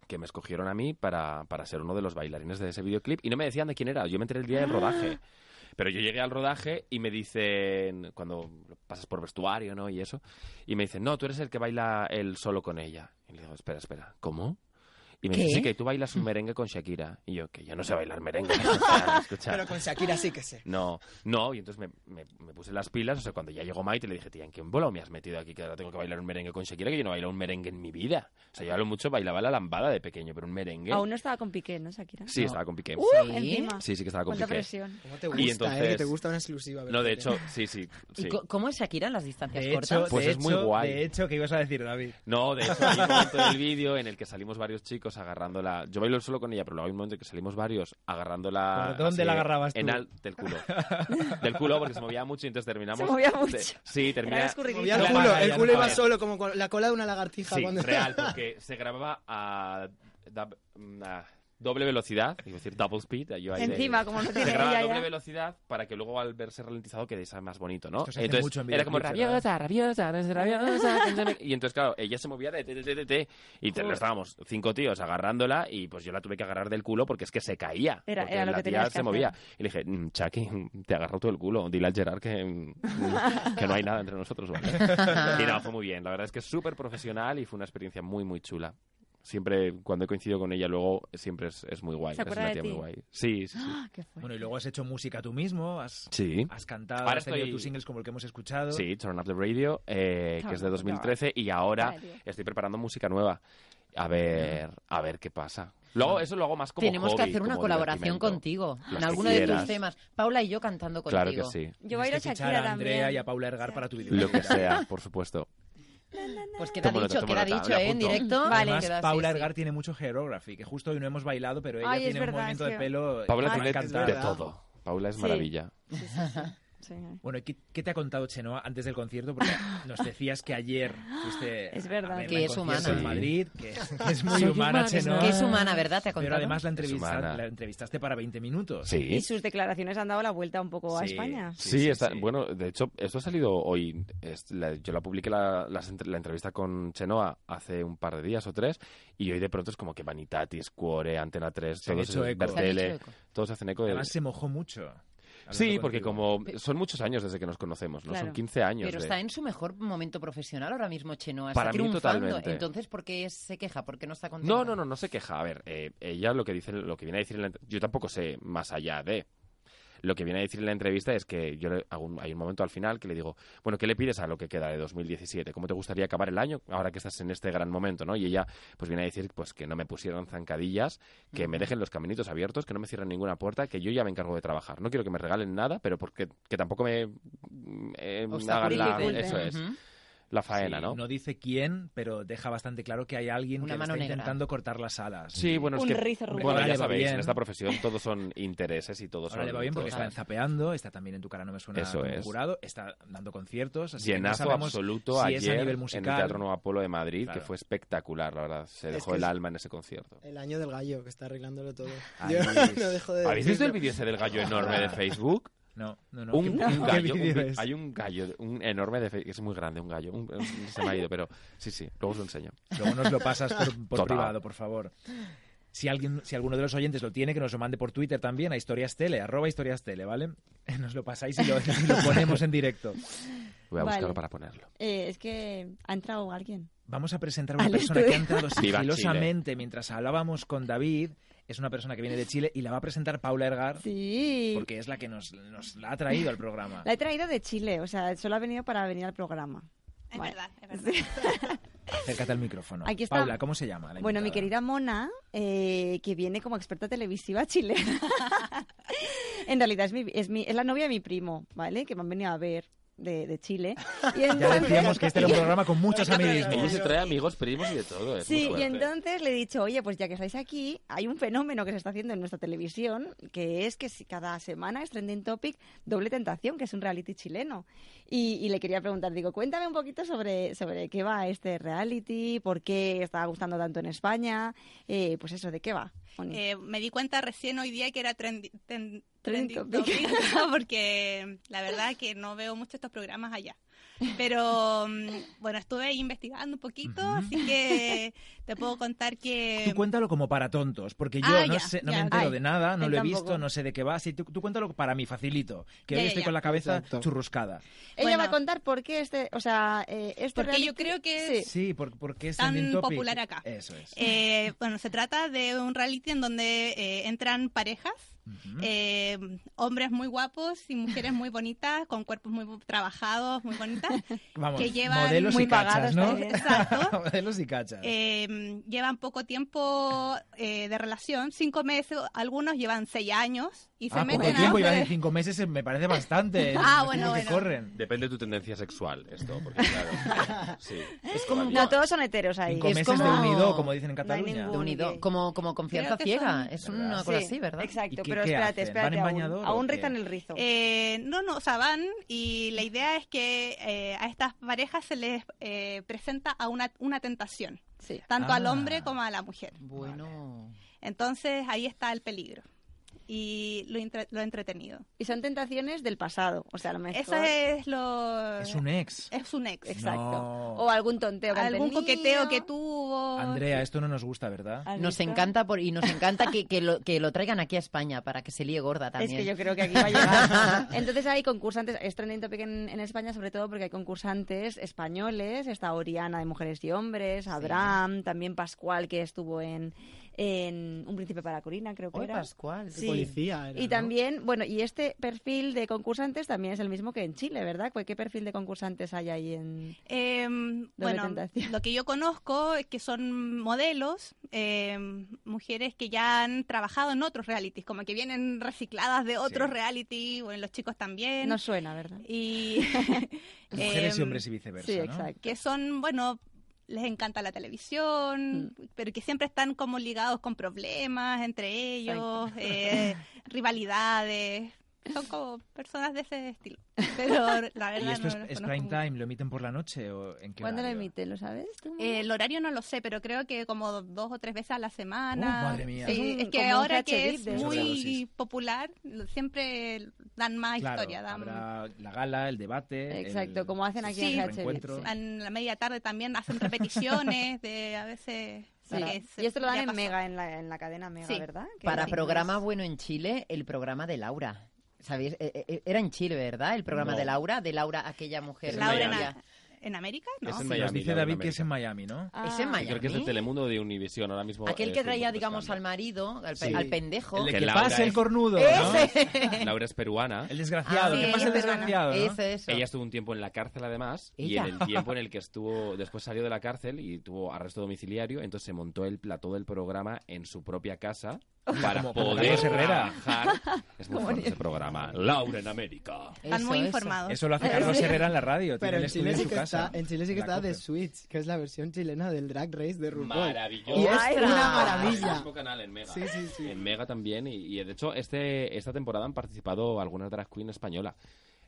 F: que me escogieron a mí para, para ser uno de los bailarines de ese videoclip y no me decían de quién era. Yo me enteré el día del rodaje. Pero yo llegué al rodaje y me dicen, cuando pasas por vestuario, ¿no? Y eso, y me dicen, no, tú eres el que baila el solo con ella. Y le digo, espera, espera, ¿cómo? Y me
E: ¿Qué?
F: dice, sí, que tú bailas un merengue con Shakira. Y yo, que yo no sé bailar merengue. escucha, escucha.
G: Pero con Shakira sí que sé.
F: No, no, y entonces me, me- me puse las pilas, o sea, cuando ya llegó Maite le dije, tía, ¿en qué bola me has metido aquí que ahora tengo que bailar un merengue con Shakira? Que yo no bailo un merengue en mi vida. O sea, yo a lo mucho bailaba la lambada de pequeño, pero un merengue...
D: Aún no estaba con Piqué, ¿no, Shakira?
F: Sí,
E: No. ¡Uh!
F: estaba con Piqué.
E: Sí.
D: Encima.
F: Sí, sí que estaba con
D: Cuánta
F: Piqué.
D: presión.
G: ¿Cómo te
F: Y
G: gusta, eh?
F: entonces-
G: Que te gusta una exclusiva.
F: No, de
G: Bertone.
F: hecho, sí, sí, sí.
E: ¿Y co- cómo es Shakira en las distancias
C: De
E: cortas?
C: hecho,
F: Pues
C: de
F: es muy
C: hecho-
F: guay.
C: De hecho, ¿qué ibas a decir, David?
F: No, de hecho, hay un momento del vídeo en el que salimos varios chicos agarrándola. Yo bailo solo con ella, pero luego hay un momento en que salimos varios agarrándola.
C: ¿Por dónde
F: así
C: la agarrabas tú?
F: En al- del culo. Del culo porque se movía mucho y entonces
D: Se
F: terminamos.
D: movía mucho.
F: te- sí,
D: Era
F: termina.
D: escurridizo.
G: Movía el
F: Claro,
G: culo,
F: ya
G: el
F: no
G: culo iba
F: sabía.
G: solo, como con la cola de una lagartija.
F: Sí,
G: cuando...
F: real, porque se grababa a, dab- a doble velocidad, iba a decir double speed. yo ahí de-
D: Encima, como no tiene
F: se graba a
D: ella
F: doble
D: ya.
F: velocidad para que luego al verse ralentizado quede esa más bonito, ¿no?
C: Esto se hace
F: entonces
C: mucho en
F: era como
C: videoclips,
F: rabiosa, rabiosa, no es rabiosa. que no me- y entonces, claro, ella se movía de te, te, te, te, te, y te- estábamos cinco tíos agarrándola y pues yo la tuve que agarrar del culo porque es que se caía.
D: Era-
F: porque
D: era lo
F: la
D: que
F: tía
D: tenías que
F: se movía. Y le dije, "Mm, Chucky, te agarro todo el culo. Dile al Gerard que, mm, que no hay nada entre nosotros, ¿vale? Y no, fue muy bien. La verdad es que es súper profesional y fue una experiencia muy, muy chula. Siempre, cuando he coincidido con ella luego, siempre es, es muy guay.
D: ¿Se
F: es
D: acuerda
F: una
D: de
F: tía
D: ti?
F: muy guay. Sí, sí, sí.
D: Ah, qué fuerte.
C: Bueno, y luego has hecho música tú mismo, has,
F: Sí.
C: has cantado,
F: Ahora
C: has tenido
F: estoy-
C: tus singles como el que hemos escuchado.
F: Sí, Turn Up the Radio, eh, que es de
D: Turn Up the
F: 2013 y ahora
D: Radio.
F: estoy preparando música nueva. A ver, a ver qué pasa. Luego eso lo hago más como
E: Tenemos que
F: hobby,
E: hacer una
F: como
E: colaboración
F: divertimento.
E: contigo
F: Las
E: en
F: que
E: alguno de
F: quieras.
E: tus temas. Paula y yo cantando contigo.
F: Claro que sí.
D: Yo
C: Tienes
D: bailo
C: que fichar
D: Shakira
C: a Andrea
D: también.
C: y a Paula Ergar para tu video.
F: Lo que sea, por supuesto.
E: Pues queda
F: Tomo nota,
E: dicho,
F: tomo
E: queda
F: nota,
E: dicho,
F: lo
E: ¿eh? En
F: apunto.
E: directo.
D: Vale.
E: queda
C: Además,
E: así,
C: Paula
E: sí.
C: Ergar tiene mucho geography, que justo hoy no hemos bailado, pero ella
D: Ay, es
C: tiene
D: verdad,
C: un movimiento
D: es
C: de
D: que-
C: pelo.
F: Paula
C: que
F: tiene
C: me encanta.
F: de todo. Paula es
D: Sí.
F: maravilla.
D: Sí.
C: Bueno, ¿y ¿qué, qué te ha contado Chenoa antes del concierto? Porque nos decías que ayer fuiste
D: Es verdad.
C: a verla
E: Que
C: en
E: es
C: concierto
E: humana.
C: en
F: Sí.
C: Madrid, que es, que es muy
E: Soy
C: humana, Chenoa.
E: Que es humana, ¿verdad? Te ha contado.
C: Pero además la,
F: Es
C: entrevista-
F: humana.
C: la entrevistaste para 20 minutos.
F: Sí.
D: Y sus declaraciones han dado la vuelta un poco a
C: Sí.
D: España.
F: Sí,
C: sí,
F: está,
C: sí.
F: bueno, de hecho, esto ha salido hoy. es la- yo la publiqué la, las entre- la entrevista con Chenoa hace un par de días o tres, y hoy de pronto es como que Vanitatis, Cuore, Antena 3,
C: Se han
F: todos,
C: hecho
F: esos-
C: eco. Se han
F: Bertele,
E: hecho eco.
F: todos hacen eco. de-
C: Además se mojó mucho.
F: pues. Sí,
C: hablando
F: porque
C: contigo.
F: como son muchos años desde que nos conocemos, ¿no?
D: Claro.
F: Son 15 años.
E: Pero
F: de-
E: está en su mejor momento profesional ahora mismo Chenoa.
F: Para
E: está
F: mí,
E: triunfando.
F: totalmente.
E: Entonces, ¿por qué se queja? ¿Por qué no está contenta?
F: No, no, no, no se queja. A ver, eh, ella lo que dice, lo que viene a decir, en la ent- yo tampoco sé más allá de. Lo que viene a decir en la entrevista es que yo le hago un- hay un momento al final que le digo, bueno, ¿qué le pides a lo que queda de 2017? ¿Cómo te gustaría acabar el año ahora que estás en este gran momento, no? Y ella pues viene a decir pues que no me pusieran zancadillas, que me dejen los caminitos abiertos, que no me cierren ninguna puerta, que yo ya me encargo de trabajar. No quiero que me regalen nada, pero porque que tampoco me mm, eh, hagan la,
E: Obstaculice.
F: eso es,
E: Ujú.
F: la faena,
C: Sí,
F: ¿no?
C: dice quién, pero deja bastante claro que hay alguien
E: Una
C: que le
E: mano
C: está
E: negra.
C: intentando cortar las alas.
F: Sí, bueno,
D: Un
F: es que
D: rizo rubio.
F: bueno,
C: Ahora
F: ya
C: le va
F: sabéis, en
C: bien.
F: esta profesión todos son intereses y todos
C: Ahora
F: son
C: le va bien porque
F: todos-
C: está enzapeando, está también en tu cara no me suena
F: Eso
C: como
F: es.
C: jurado, está dando conciertos, así que no
F: Llenazo
C: sabemos
F: absoluto
C: si
F: ayer
C: es a nivel
F: en el
C: musical.
F: Teatro Nuevo Apolo de Madrid,
C: Claro.
F: que fue espectacular, la verdad. Se
G: Es
F: dejó
G: que
F: el
G: es-
F: alma en ese concierto.
G: El año del gallo, que está arreglándolo todo.
C: Ay,
G: Yo
C: Luis.
G: no dejo de
F: ¿Habéis visto el
G: decirlo.
F: vídeo ese del gallo enorme de Facebook?
C: No, no, no.
F: Un,
C: ¿Qué-
F: un
C: qué
F: gallo, un
C: vídeo
F: vi-
C: es?
F: hay un gallo un enorme de Facebook, es muy grande un gallo, un- un- se me ha ido, pero sí, sí, luego os lo enseño.
C: Luego nos lo pasas por, por
F: Total.
C: privado, por favor. Si, alguien, si alguno de los oyentes lo tiene, que nos lo mande por Twitter también, a historias tele, arroba historias tele, ¿vale? Eh, Nos lo pasáis y lo, y lo ponemos en directo.
F: Voy a
D: Vale.
F: buscarlo para ponerlo.
D: Eh, es que ha entrado alguien.
C: Vamos a presentar a una
D: Al
C: persona
D: estudio.
C: que ha entrado
F: Viva Chile.
C: sigilosamente mientras hablábamos con David. Es una persona que viene de Chile y la va a presentar Paula Ergar,
D: Sí.
C: porque es la que nos, nos la ha traído al programa.
D: La he traído de Chile, o sea, solo ha venido para venir al programa.
H: Es
D: Vale.
H: verdad, es verdad.
C: Acércate al micrófono.
D: Aquí está.
C: Paula, ¿cómo se llama? la
D: Bueno, mi
C: invitada?
D: querida Mona, eh, que viene como experta televisiva chilena. en realidad es, mi, es, mi- es la novia de mi primo, ¿vale? Que me han venido a ver de, de Chile. Y
C: Ya
D: entonces-
C: decíamos que este era un programa con muchos
F: Ella
C: amiguismos.
F: se trae amigos, primos y de todo. es muy
D: Sí, y
F: fuerte.
D: entonces le he dicho, oye, pues ya que estáis aquí, hay un fenómeno que se está haciendo en nuestra televisión, que es que si cada semana es trending topic Doble Tentación, que es un reality chileno. Y, y le quería preguntar, digo, cuéntame un poquito sobre, sobre qué va este reality, por qué está gustando tanto en España, eh, pues eso, ¿de qué va? Moni?
H: Eh, me di cuenta recién hoy día que era trendi- ten-
D: Trending
H: trending topic, porque la verdad que no veo mucho estos programas allá. Pero mm, bueno, estuve investigando un poquito,
C: Ujú.
H: así que te puedo contar
C: Tú
H: que
C: cuéntalo como para tontos, porque yo
H: Em, Ah,
C: no,
H: ya,
C: sé, no
H: ya.
C: me entero
D: Ay,
C: de nada, no
D: él
C: lo he
D: tampoco.
C: visto, no sé de qué va. Sí, tú, tú cuéntalo para mí, facilito, que
H: Ya,
C: hoy
H: ya,
C: estoy
H: ya.
C: con la cabeza
G: Exacto.
C: churruscada.
D: Ella va a
H: bueno.
D: contar por qué este, o sea, eh, este
H: Porque yo
D: reality-
H: creo que
D: Sí.
C: Sí, por- porque es
H: Tan
C: trending topic.
H: popular acá.
C: Eso es.
H: eh, bueno, se trata de un reality en donde eh, entran parejas,
C: Ujú.
H: eh, hombres muy guapos y mujeres muy bonitas, con cuerpos muy trabajados, muy bonitas,
C: Vamos,
H: que llevan eh,
C: modelos
D: muy
C: y cachas,
D: pagados
C: ¿no?
D: también.
H: Exacto.
C: modelos y cachas.
H: eh, llevan poco tiempo eh, de relación, cinco meses, algunos llevan seis años y se
C: ah, poco
H: meten a
C: tiempo, iba a decir
H: hacer-
C: cinco meses, eh, me parece bastante. el
H: Ah,
C: tiempo
H: bueno,
C: que
H: bueno.
C: corren.
F: Depende de tu tendencia sexual, esto, porque claro. sí,
E: Es como un
F: todavía.
D: No, todos son heteros ahí.
C: Cinco
E: Es
C: meses de
E: como-
C: unido, como dicen en
D: No hay
C: Cataluña.
E: De
D: ningún-
E: unido,
D: Ok.
E: como, como confianza
H: Creo que
E: ciega,
H: son-
E: es
C: ¿Verdad?
E: una
D: Sí,
E: cosa así, ¿verdad?
C: ¿Y
D: Exacto,
C: qué-
D: pero
C: qué
D: espérate,
C: hacen? ¿Van
D: espérate.
C: en
D: aún-
C: bañador o
D: aún,
C: qué?
D: rizan el rizo.
H: Eh, no, no, o sea, van y la idea es que eh, a estas parejas se les eh, presenta a una, una tentación,
D: sí.
H: tanto al
C: Ah.
H: hombre como a la mujer.
E: Bueno.
H: Entonces ahí está el peligro y lo, intre- lo entretenido.
D: Y son tentaciones del pasado, o sea, a lo mejor...
H: Eso es lo...
C: Es un ex.
H: es un ex.
D: Exacto.
C: No.
D: O algún tonteo. que han
H: Algún
D: tenido.
H: coqueteo que tuvo.
C: Andrea, esto no nos gusta, ¿verdad?
D: ¿Has
E: Nos
D: visto?
E: encanta por, y nos encanta que, que lo, que lo traigan aquí a España para que se líe gorda
D: Es
E: también.
D: que yo creo que aquí va a llegar. Entonces hay concursantes, es trending topic en, en España sobre todo porque hay concursantes españoles, está Oriana de Mujeres y Hombres, Abraham, también Pascual que estuvo en, en Un Príncipe para Corina, creo que
E: Ay,
D: era.
E: Pascual. pues,
D: Sí.
G: Policía era,
D: Y
G: ¿no?
D: también, bueno, y este perfil de concursantes también es el mismo que en Chile, ¿verdad? ¿Qué perfil de concursantes hay ahí en...?
H: Eh, bueno,
D: tentación.
H: lo que yo conozco es que son modelos, eh, mujeres que ya han trabajado en otros realities, como que vienen recicladas de otros
F: Sí.
H: reality, bueno, los chicos también.
D: No suena, ¿verdad?
H: Y
C: Mujeres y
H: em,
C: hombres y viceversa,
D: sí,
C: ¿no?
D: exacto.
H: que son, bueno, les encanta la televisión,
D: Mm.
H: pero que siempre están como ligados con problemas entre ellos, eh, rivalidades. Son como personas de ese estilo. Pero la verdad
C: ¿Y esto
H: no
C: es,
H: los
C: es
H: conozco
C: prime
H: mucho.
C: time? ¿Lo emiten por la noche o en qué
D: ¿Cuándo lo
C: horario?
D: emite? ¿Lo sabes tú?
H: Eh, el horario no lo sé, pero creo que como dos o tres veces a la semana.
C: Uh, madre mía.
H: Sí,
D: Es un-
H: es que
D: como un
H: ahora
D: HD
H: que es
D: de
C: esos.
H: muy
C: Sobredosis.
H: popular, lo- siempre dan más
C: Claro,
H: historia. Dan,
C: habrá la gala, el debate...
D: Exacto,
C: el-
D: como hacen aquí
H: Sí.
D: en
H: el
D: GHB.
C: reencuentro.
D: sí.
H: En la media tarde también hacen repeticiones de a veces.
D: Sí.
H: que se-
D: Y esto lo dan
H: ya
D: en
H: pasó.
D: Mega, en la, en la cadena Mega,
H: Sí.
D: ¿verdad? Que
E: Para
D: sí,
E: programa
D: pues,
E: bueno en Chile, el programa de Laura. ¿Sabéis? Eh, eh, Era eh, en Chile, ¿verdad? El programa
F: No.
E: de Laura, de Laura, aquella mujer.
F: Es en
H: Laura
E: rubia.
H: Nava.
I: ¿En América? No.
F: Es en
C: Sí,
F: Miami,
C: nos dice
F: la
C: David
F: Gran
C: que es en
F: América.
C: Miami, ¿no?
D: Ah.
F: Yo
E: Es en Miami.
F: Creo que es de Telemundo o de Univisión ahora mismo.
E: Aquel
F: eh,
E: que
F: estoy
E: traía, digamos, al
F: buscando.
E: marido, al, pe-
F: Sí.
E: al pendejo.
F: El
C: El
F: que
C: que,
F: Laura
C: pase el
F: es-
C: cornudo, ¿no?
E: ¡Ese!
F: Laura es peruana.
C: El desgraciado,
I: Ah,
C: que
I: sí,
C: pase el
I: ella es peruana.
C: desgraciado, ¿no?
E: Ese, eso.
F: Ella estuvo un tiempo en la cárcel además y
E: Ella.
F: en el tiempo en el que estuvo después salió de la cárcel y tuvo arresto domiciliario, entonces se montó el plató del programa en su propia casa para
C: Como- como
F: poder
C: Carlos Herrera.
F: trabajar. Es muy fuerte ese programa. Laura en América.
I: Están
E: Eso,
I: muy
E: eso.
I: informados.
C: Eso lo hace Carlos Herrera en la radio, tiene
G: Pero
C: el
G: en
C: estudio
G: Chile,
C: en
G: sí
C: su
G: que está,
C: casa.
G: en Chile sí que
C: La
G: está The
C: coge.
G: Switch, que es la versión chilena del Drag Race de RuPaul.
F: Maravilloso.
G: Y es
E: ¡Ostras!
G: una
F: Es el
G: maravilla.
F: mismo canal en Mega.
G: Sí, sí, sí.
F: En Mega también. Y, y, de hecho, este, esta temporada han participado algunas drag queen española.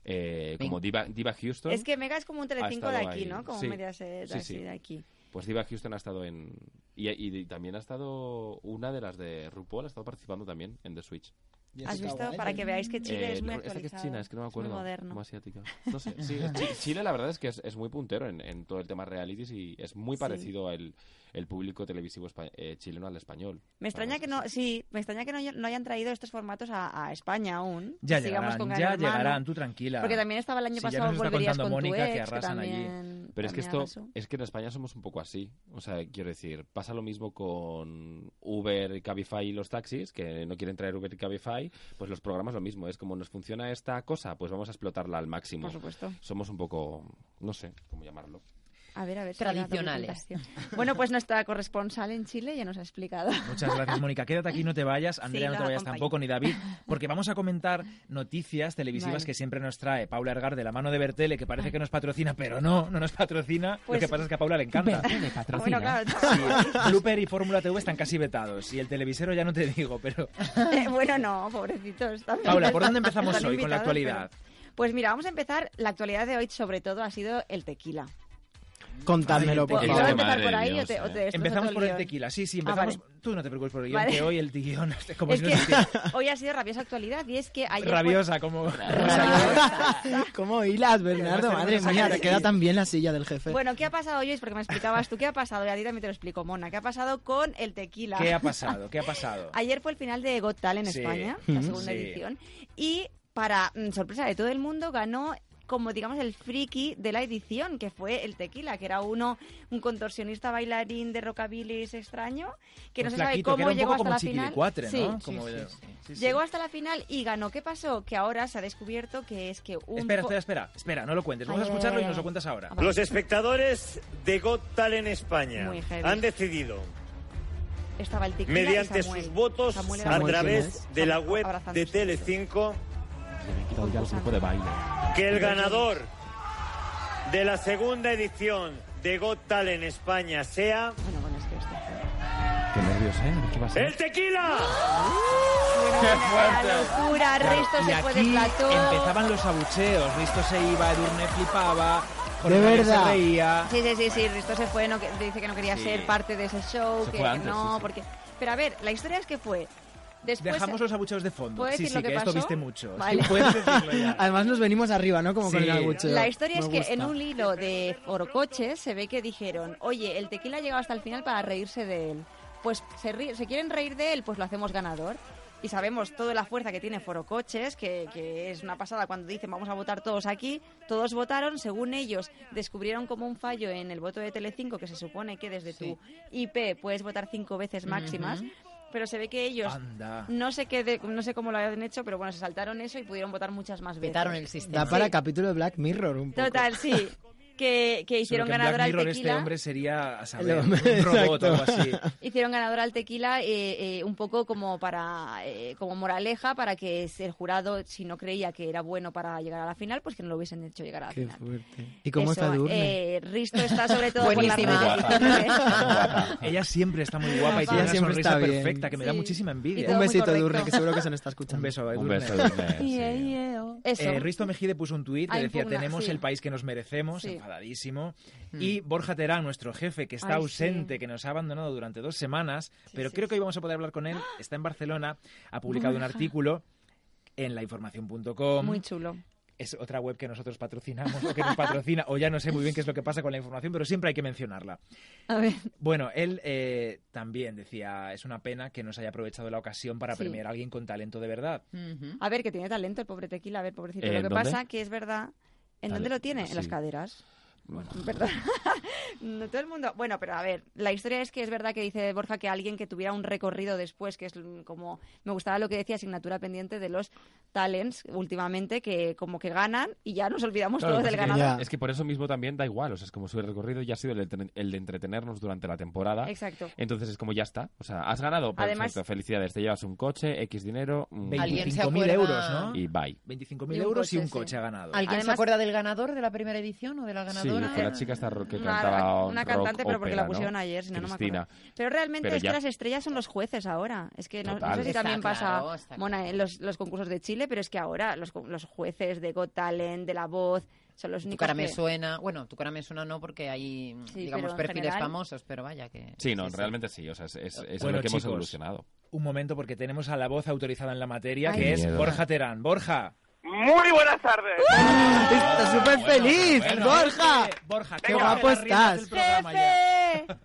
F: eh, como Diva, Diva Houston.
D: Es que Mega es como un Telecinco de
F: estado
D: aquí,
F: ahí.
D: ¿no? Como
F: Sí.
D: Mediaset,
F: Sí,
D: así
F: sí.
D: de aquí.
F: Pues Diva Houston ha estado en. Y, y también ha estado una de las de RuPaul, ha estado participando también en The Switch.
G: Y eso
D: ¿Has
G: está
D: visto?
G: guay,
D: Para que
G: también.
D: veáis que Chile
F: Eh,
D: es muy
F: no, esta que es
D: actualizado,
F: china, es que no me
D: es muy
F: acuerdo.
D: moderno.
F: Como asiática. No sé. sí, es chi- Chile, la verdad es que es, es muy puntero en, en todo el tema realities y es muy
D: Sí.
F: parecido al el público televisivo espa- eh, chileno al español.
D: Me extraña
F: Además,
D: que no,
F: es-
D: sí, me extraña que no, no hayan traído estos formatos a, a España aún.
C: Ya
D: Que sigamos
C: llegarán,
D: con Gran
C: ya
D: Hermano.
C: llegarán, tú tranquila.
D: Porque también estaba el año
C: Sí, ya
D: pasado
C: nos está
D: volverías
C: contando
D: con
C: Mónica
D: tu
C: que
D: ex,
C: arrasan allí.
D: también-
F: Pero es que
D: también
F: esto,
D: arrasó.
F: es que en España somos un poco así. O sea, quiero decir, pasa lo mismo con Uber, Cabify y los taxis, que no quieren traer Uber y Cabify, pues los programas lo mismo. Es como nos funciona esta cosa, pues vamos a explotarla al máximo.
D: Por supuesto.
F: Somos un poco, no sé cómo llamarlo.
D: A ver, a ver. si
E: Tradicionales.
D: llega la documentación. Bueno, pues nuestra corresponsal en Chile ya nos ha explicado.
C: Muchas gracias, Mónica. Quédate aquí, no te vayas. Andrea,
I: Sí,
C: no te
I: los
C: vayas
I: acompaño.
C: tampoco, ni David, porque vamos a comentar noticias televisivas
D: Vale.
C: que siempre nos trae Paula Ergar de la mano de Bertele, que parece que nos patrocina, pero no, no nos patrocina. Lo
D: Pues-
C: que pasa es que a Paula le encanta.
D: bueno, claro.
C: Sí, Blooper y Fórmula TV están casi vetados. Y el televisero ya no te digo, pero.
D: Eh, bueno, no, pobrecitos. también
C: Paula, ¿por
D: están-
C: dónde empezamos
D: están
C: hoy con la
D: invitados,
C: actualidad?
D: pero- Pues mira, vamos a empezar. La actualidad de hoy, sobre todo, ha sido el tequila.
G: Contádmelo,
C: Ay,
G: por
D: ¿Puedo
F: tequila.
G: favor.
D: empezar
F: Madre
D: por ahí
F: Dios,
D: o te, o te
F: eh.
D: destrozo todo
C: Empezamos
D: el
C: por el
D: guión?
C: tequila. Sí, sí,
D: Ah,
C: empezamos.
D: vale.
C: Tú no te preocupes por el guión,
D: Vale.
C: que hoy el guión. Como
D: Es
C: si no existiera.
D: que hoy ha sido rabiosa actualidad y es que ayer.
C: Rabiosa, como.
G: pues, ¿Cómo hilas, Bernardo? Madre mía, te queda tan bien la silla del jefe.
D: Bueno, ¿qué ha pasado hoy? Es porque me explicabas tú qué ha pasado y a ti también te lo explico, Mona. ¿Qué ha pasado con el tequila?
C: ¿Qué ha pasado? ¿Qué ha pasado?
D: Ayer fue el final de Got Talent
C: Sí.
D: España, la
C: Ujú.
D: segunda
C: Sí.
D: edición, y para mm, sorpresa de todo el mundo ganó como digamos el friki de la edición, que fue el tequila, que era uno, un contorsionista bailarín de rockabilis extraño, que no
C: Un
D: se sabe
C: flaquito, que era
D: cómo
C: un
D: llegó
C: poco
D: hasta
C: como
D: la final.
C: chiquilicuatre,
D: Sí.
C: ¿no? Como- sí, sí.
D: Llegó hasta la final y ganó. ¿Qué pasó? Que ahora se ha descubierto que es que un...
C: Espera,
D: po-
C: espera, espera, espera, no lo cuentes. Vamos
D: Ay,
C: a escucharlo
D: ay,
C: y
D: ay,
C: nos lo
D: ay.
C: cuentas ahora.
D: Vale.
J: Los espectadores de Got Talent España
D: Muy heavy.
J: han decidido,
D: Estaba el tequila y
J: mediante
D: Samuel.
J: sus votos
D: Samuel era
J: a
D: muy
J: través
D: chiquillo.
J: de la
D: Samuel
J: web
D: abrazándose.
J: de Telecinco,
F: Me he quitado ya el grupo de baile.
J: que el ganador de la segunda edición de Got Talent España sea
D: Bueno, bueno, es que esto...
F: Qué nervios, ¿eh? ¿Qué va a ser?
J: el tequila.
D: ¡Qué fuerte! locura!
C: Claro,
D: Risto
C: y
D: se fue de
C: aquí
D: plató.
C: Empezaban los abucheos. Risto se iba, Edurne flipaba, Jorge
G: De
C: Mario
G: verdad.
C: se reía.
D: Sí, sí, sí, sí, Risto se fue, no, que- dice que no quería
F: Sí.
D: ser parte de ese show,
F: Se
D: que,
F: fue
D: que
F: antes,
D: no,
F: sí, sí.
D: porque... Pero a ver, la historia es que fue... Después,
C: Dejamos los abucheos de fondo.
D: ¿Puedo
C: Sí,
D: pues, decir
C: sí,
D: lo
C: que,
D: que
C: esto
D: pasó?
C: viste mucho. Sí,
D: Vale.
C: puedes decirlo ya.
G: Además nos venimos arriba, ¿no? Como con
C: Sí.
G: el abucheo.
D: La historia es
G: Me
D: que
G: gusta.
D: en un hilo de forocoches se ve que dijeron, oye, el tequila ha llegado hasta el final para reírse de él. Pues se, ri- se quieren reír de él, pues lo hacemos ganador. Y sabemos toda la fuerza que tiene Forocoches, que, que es una pasada cuando dicen vamos a votar todos aquí. Todos votaron, según ellos, descubrieron como un fallo en el voto de Telecinco, que se supone que desde
E: Sí.
D: tu IP puedes votar cinco veces máximas.
E: Ujú.
D: Pero se ve que ellos,
C: Anda.
D: no sé, qué de- no sé cómo lo habían hecho, pero bueno, se saltaron eso y pudieron votar muchas más veces.
E: Vetaron el
G: Da
E: sistema.
G: para capítulo de Black Mirror un poco.
D: Total, sí. Que, que
C: Solo
D: hicieron
C: que en
D: ganador
C: Black
D: al
C: Mirror este
D: tequila.
C: hombre sería, a saber, un
G: hombre,
C: robot o algo
G: exacto.
C: así.
D: Hicieron ganador al tequila eh, eh, un poco como para eh, como moraleja para que si el jurado, si no creía que era bueno para llegar a la final, pues que no lo hubiesen hecho llegar a la
G: Qué
D: final.
G: fuerte. ¿Y cómo
D: Eso,
G: está Durne?
D: eh, Risto está sobre todo por las
E: Buenísima.
D: redes
F: Guapa.
D: sociales.
C: Ella siempre está muy guapa y
D: Guapa.
C: tiene una
G: Ella siempre
C: sonrisa
G: está bien.
C: perfecta que me da
D: Sí.
C: muchísima
D: Y
C: envidia.
D: todo
G: Un
D: muy
G: besito a
D: correcto.
G: Durne, que seguro que se nos está escuchando.
C: Un beso,
F: Un
C: Edurne.
F: beso, Edurne, sí.
D: Eso.
C: Eh, Risto Mejide puso un tuit que
D: Ah,
C: decía,
D: impugna,
C: tenemos
D: sí.
C: el país que nos merecemos,
D: Sí. Hmm.
C: enfadadísimo. Y Borja Terán, nuestro jefe, que está
D: Ay,
C: ausente,
D: sí.
C: que nos ha abandonado durante dos semanas, pero
D: sí,
C: creo que hoy vamos a poder hablar con él, está en Barcelona, ha publicado un artículo en lainformación.com,
D: Muy chulo.
C: es otra web que nosotros patrocinamos o que nos patrocina, o ya no sé muy bien qué es lo que pasa con la información, pero siempre hay que mencionarla.
D: A ver.
C: Bueno, él eh, también decía, es una pena que no se haya aprovechado la ocasión para
D: Sí.
C: premiar a alguien con talento de verdad.
E: Ujú.
D: A ver, que tiene talento el pobre tequila, a ver, pobrecito.
F: Eh,
D: lo que
F: ¿dónde?
D: pasa que es verdad. ¿En
C: Ah,
F: Dale,
D: dónde lo tiene?
F: sí.
D: En las caderas.
F: Bueno.
D: ¿verdad? No todo el mundo. Bueno, pero a ver, la historia es que es verdad que dice Borja que alguien que tuviera un recorrido después, que es mm, como. Me gustaba lo que decía, asignatura pendiente de los talents últimamente, que como que ganan y ya nos olvidamos
F: Claro,
D: todos
F: lo que
D: del
F: pasa es que
D: ganador.
F: ya- Es que por eso mismo también da igual, o sea, es como su recorrido ya ha sido el de, entre- el de entretenernos durante la temporada.
D: Exacto.
F: Entonces es como ya está, o sea, has ganado,
D: Además-
F: perfecto, felicidades, te llevas un coche, X dinero mm,
E: ¿Alguien se
C: 25.000
E: acuerda?
C: euros, ¿no?
F: y bye.
C: 25.000
D: Y un
C: euros y
D: coche,
C: un
D: sí.
C: coche ha ganado.
E: ¿Alguien se
D: Además-
E: acuerda del ganador de la primera edición o de la
F: Sí,
E: ganadora?
F: fue la chica esta ro- que
D: Una-
F: cantaba
D: una
F: rock
D: cantante, pero porque
F: ópera,
D: la pusieron
F: ¿no?
D: ayer, si no, no me
F: Cristina.
D: Pero realmente
F: Pero
D: es
F: ya-
D: que las estrellas son los jueces ahora. Es que no, no
F: Total.
D: sé si
E: Está
D: también
E: claro,
D: pasa,
E: está
D: Mona,
E: claro.
D: en los, los concursos de Chile, pero es que ahora los, con- los jueces de Got Talent, de La Voz, son los
E: Tu
D: únicos
E: cara me
D: que-
E: suena. Bueno, tu cara me suena no porque hay,
D: Sí, pero
E: digamos,
D: en
E: perfiles
D: general-
E: famosos, pero vaya que...
F: Sí, no, realmente sí, o sea, es, es- es en
C: Bueno,
F: lo que hemos
C: chicos.
F: evolucionado.
C: Un momento, porque tenemos a la voz autorizada en la materia,
D: Ay,
C: que
F: qué
C: es
F: miedo.
C: Borja Terán. Borja.
H: Muy buenas tardes.
G: ¡Estás súper feliz,
C: Bueno,
G: Borja!
C: eh, Borja,
G: Qué
C: coge
G: guapo
C: las riendas del
G: estás.
C: programa ya.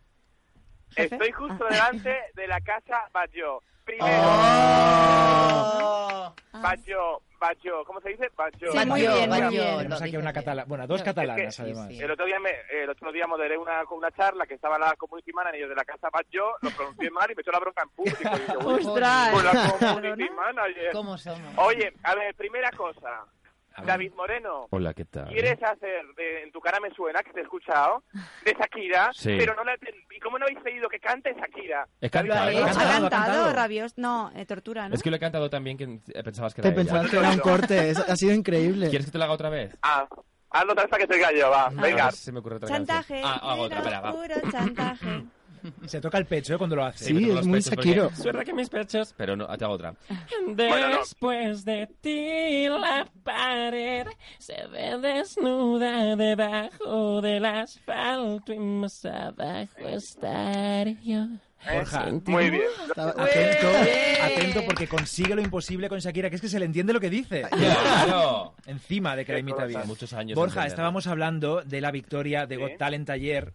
D: Jefe.
H: Estoy justo delante de la casa Batlló. Primero,
E: ¡Oh!
H: Batlló, Batlló, ¿cómo se dice? Batlló.
D: Sí, muy bien, muy
E: Batlló,
D: bien.
C: Tenemos aquí a una
E: Dígame.
C: catalana. Bueno, a dos
E: No,
C: catalanas,
E: sí,
C: además.
E: sí.
H: El otro día me, el otro día moderé una, una charla que estaba la community manager de la casa Batlló, lo pronuncié mal y me echó la bronca en público. Y dije, "Uy,
D: ¡Ostras!
H: con la community
D: Perdona.
H: manager.
E: ¿Cómo somos?
H: Oye, a ver, primera cosa. David Moreno,
F: Hola, ¿qué tal?
H: ¿quieres hacer de En tu cara me suena, que te he escuchado, de Shakira?
F: Sí.
H: Pero no la, ¿Y cómo no habéis pedido que cante Shakira?
F: He
D: Lo ha
F: cantado.
D: hecho, ha
C: cantado, ha
D: cantado,
C: cantado.
D: rabios. No, eh, tortura, ¿no?
F: Es que lo he cantado también que eh, pensabas que era
G: Te
F: ella.
G: pensabas que era un corte, eso ha sido increíble.
F: ¿Quieres que te lo haga otra vez?
H: Ah, hazlo otra vez para que te oiga yo, va.
F: A
H: Venga.
F: ver si se me ocurre otra
D: Chantaje.
F: canción. Ah, hago otra,
D: negro,
F: espera, va.
D: puro chantaje.
C: Se toca el pecho ¿eh? cuando lo hace.
G: Sí,
F: me toco
G: es
F: los
G: muy
F: pechos porque
G: Shakiro.
F: Suena que mis pechos... Pero no, te hago otra.
H: Bueno, no.
F: Después de ti la pared se ve desnuda debajo del asfalto y más abajo estaré yo. Ah,
C: Borja,
H: Muy bien.
G: Estaba
C: Ah,
G: atento.
C: atento porque consigue lo imposible con Shakira, que es que se le entiende lo que dice.
F: ¡Claro!
C: Encima de que la imita bien.
F: Muchos años.
C: Borja,
F: entenderlo.
C: estábamos hablando de la victoria de
H: Sí.
C: Got Talent ayer.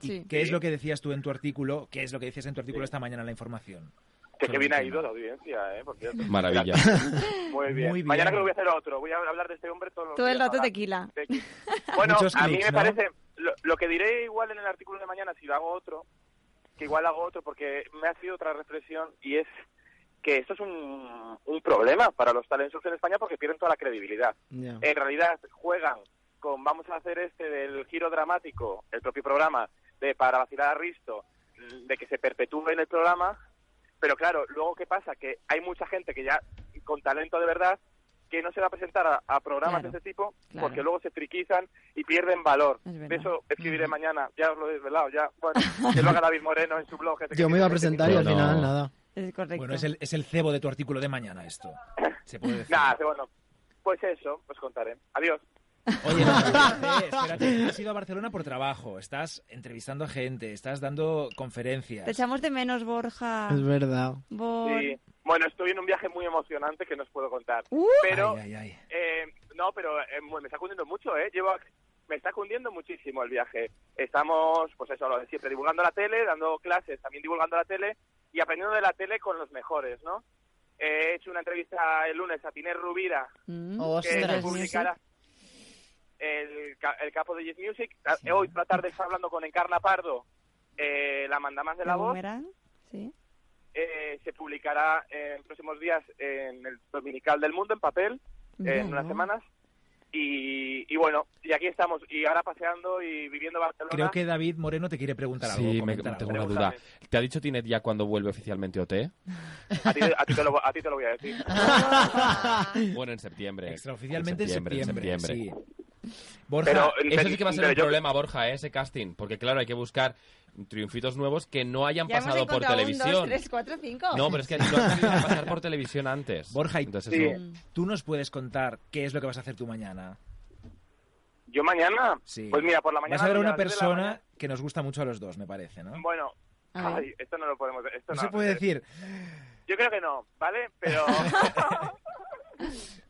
D: Sí.
C: ¿Qué es lo que decías tú en tu artículo? ¿Qué es lo que decías en tu artículo esta mañana en la información?
H: Que, que bien ha ido la audiencia, ¿eh? Por cierto.
F: Maravilla.
H: Muy bien.
C: Muy bien.
H: Mañana creo que voy a hacer otro. Voy a hablar de este hombre todos los
D: Todo el
H: días,
D: rato
H: ojalá.
D: tequila.
H: Tequila. Bueno,
C: Muchos
H: a mí
C: clics,
H: me
C: ¿no?
H: parece... Lo, lo que diré igual en el artículo de mañana, si lo hago otro, que igual hago otro, porque me ha sido otra reflexión y es que esto es un, un problema para los talentos en España porque pierden toda la credibilidad.
G: Ya.
H: en realidad juegan con vamos a hacer este del giro dramático, el propio programa, de para vacilar a Risto, mm, de que se perpetúe en el programa, pero claro, luego qué pasa, que hay mucha gente que ya con talento de verdad que no se va a presentar a, a programas
D: Claro,
H: de este tipo
D: claro.
H: porque luego se triquizan y pierden valor.
D: Es verdad. Mm.
H: de eso escribiré mañana, ya os lo he desvelado, ya, bueno, que lo haga David Moreno en su blog. ese que
G: Yo me iba a
H: tiene-
G: presentar y al
F: No, no.
G: final nada.
D: Es correcto.
C: Bueno, es el, es el cebo de tu artículo de mañana esto. Se puede decir.
H: Nada, bueno, pues eso, os contaré. Adiós.
C: Oye, no, espérate, espérate. Has ido a Barcelona por trabajo, estás entrevistando a gente, estás dando conferencias.
D: Te echamos de menos, Borja.
G: Es verdad.
D: Bor-
H: Sí. Bueno, estoy en un viaje muy emocionante que no os puedo contar,
D: Uh.
H: pero...
C: Ay, ay, ay.
H: Eh, no, pero eh, mu- me está cundiendo mucho, ¿eh? Llevo, me está cundiendo muchísimo el viaje. Estamos, pues eso, lo de siempre, divulgando la tele, dando clases, también divulgando la tele y aprendiendo de la tele con los mejores, ¿no? Eh, He hecho una entrevista el lunes a Tiner Rubira,
D: Mm.
H: que se
E: ¡Ostras!
H: publicará el, ca- el capo de Yes Music. Ah, Hoy por la tarde está hablando con Encarna Pardo, eh, la manda más de la
D: ¿La
H: voz.
D: boomerang? Sí.
H: Eh, se publicará eh, en próximos días en el Dominical del Mundo, en papel eh,
D: Mira,
H: en unas
D: ¿no?
H: semanas. Y, y bueno, y aquí estamos, y ahora paseando y viviendo Barcelona.
C: Creo que David Moreno te quiere preguntar algo.
F: Sí, me,
C: comentar
F: tengo
C: algo.
F: una duda. ¿Te ha dicho Tinet ya cuando vuelve oficialmente OT?
H: A ti, a ti te, lo, a ti te lo voy a decir.
F: Bueno, en septiembre. Ah,
C: Extraoficialmente en septiembre. sí. Borja,
H: Pero,
F: Eso sí que va a ser
H: pero
F: el
H: yo-
F: problema, Borja, ¿eh? ese casting. Porque, claro, hay que buscar triunfitos nuevos que no hayan
D: Ya hemos
F: pasado por
D: encontrado un, dos,
F: televisión.
D: tres, cuatro, cinco.
F: no, pero es que no han tenido que pasar por televisión antes.
C: Borja, y-
F: Entonces,
H: Sí.
D: Mm.
F: eso-
C: tú nos puedes contar qué es lo que vas a hacer tú mañana.
H: Yo mañana,
C: Sí.
H: pues mira, por la mañana.
C: Vas a ver a
H: mira,
C: una
H: las tres de la
C: persona que nos gusta mucho a los dos, me parece, ¿no?
H: mañana- Bueno,
D: A ver.
H: ay, esto no lo podemos ver. Esto
C: No
H: no,
C: se puede decir.
H: Yo creo que no, ¿vale? Pero.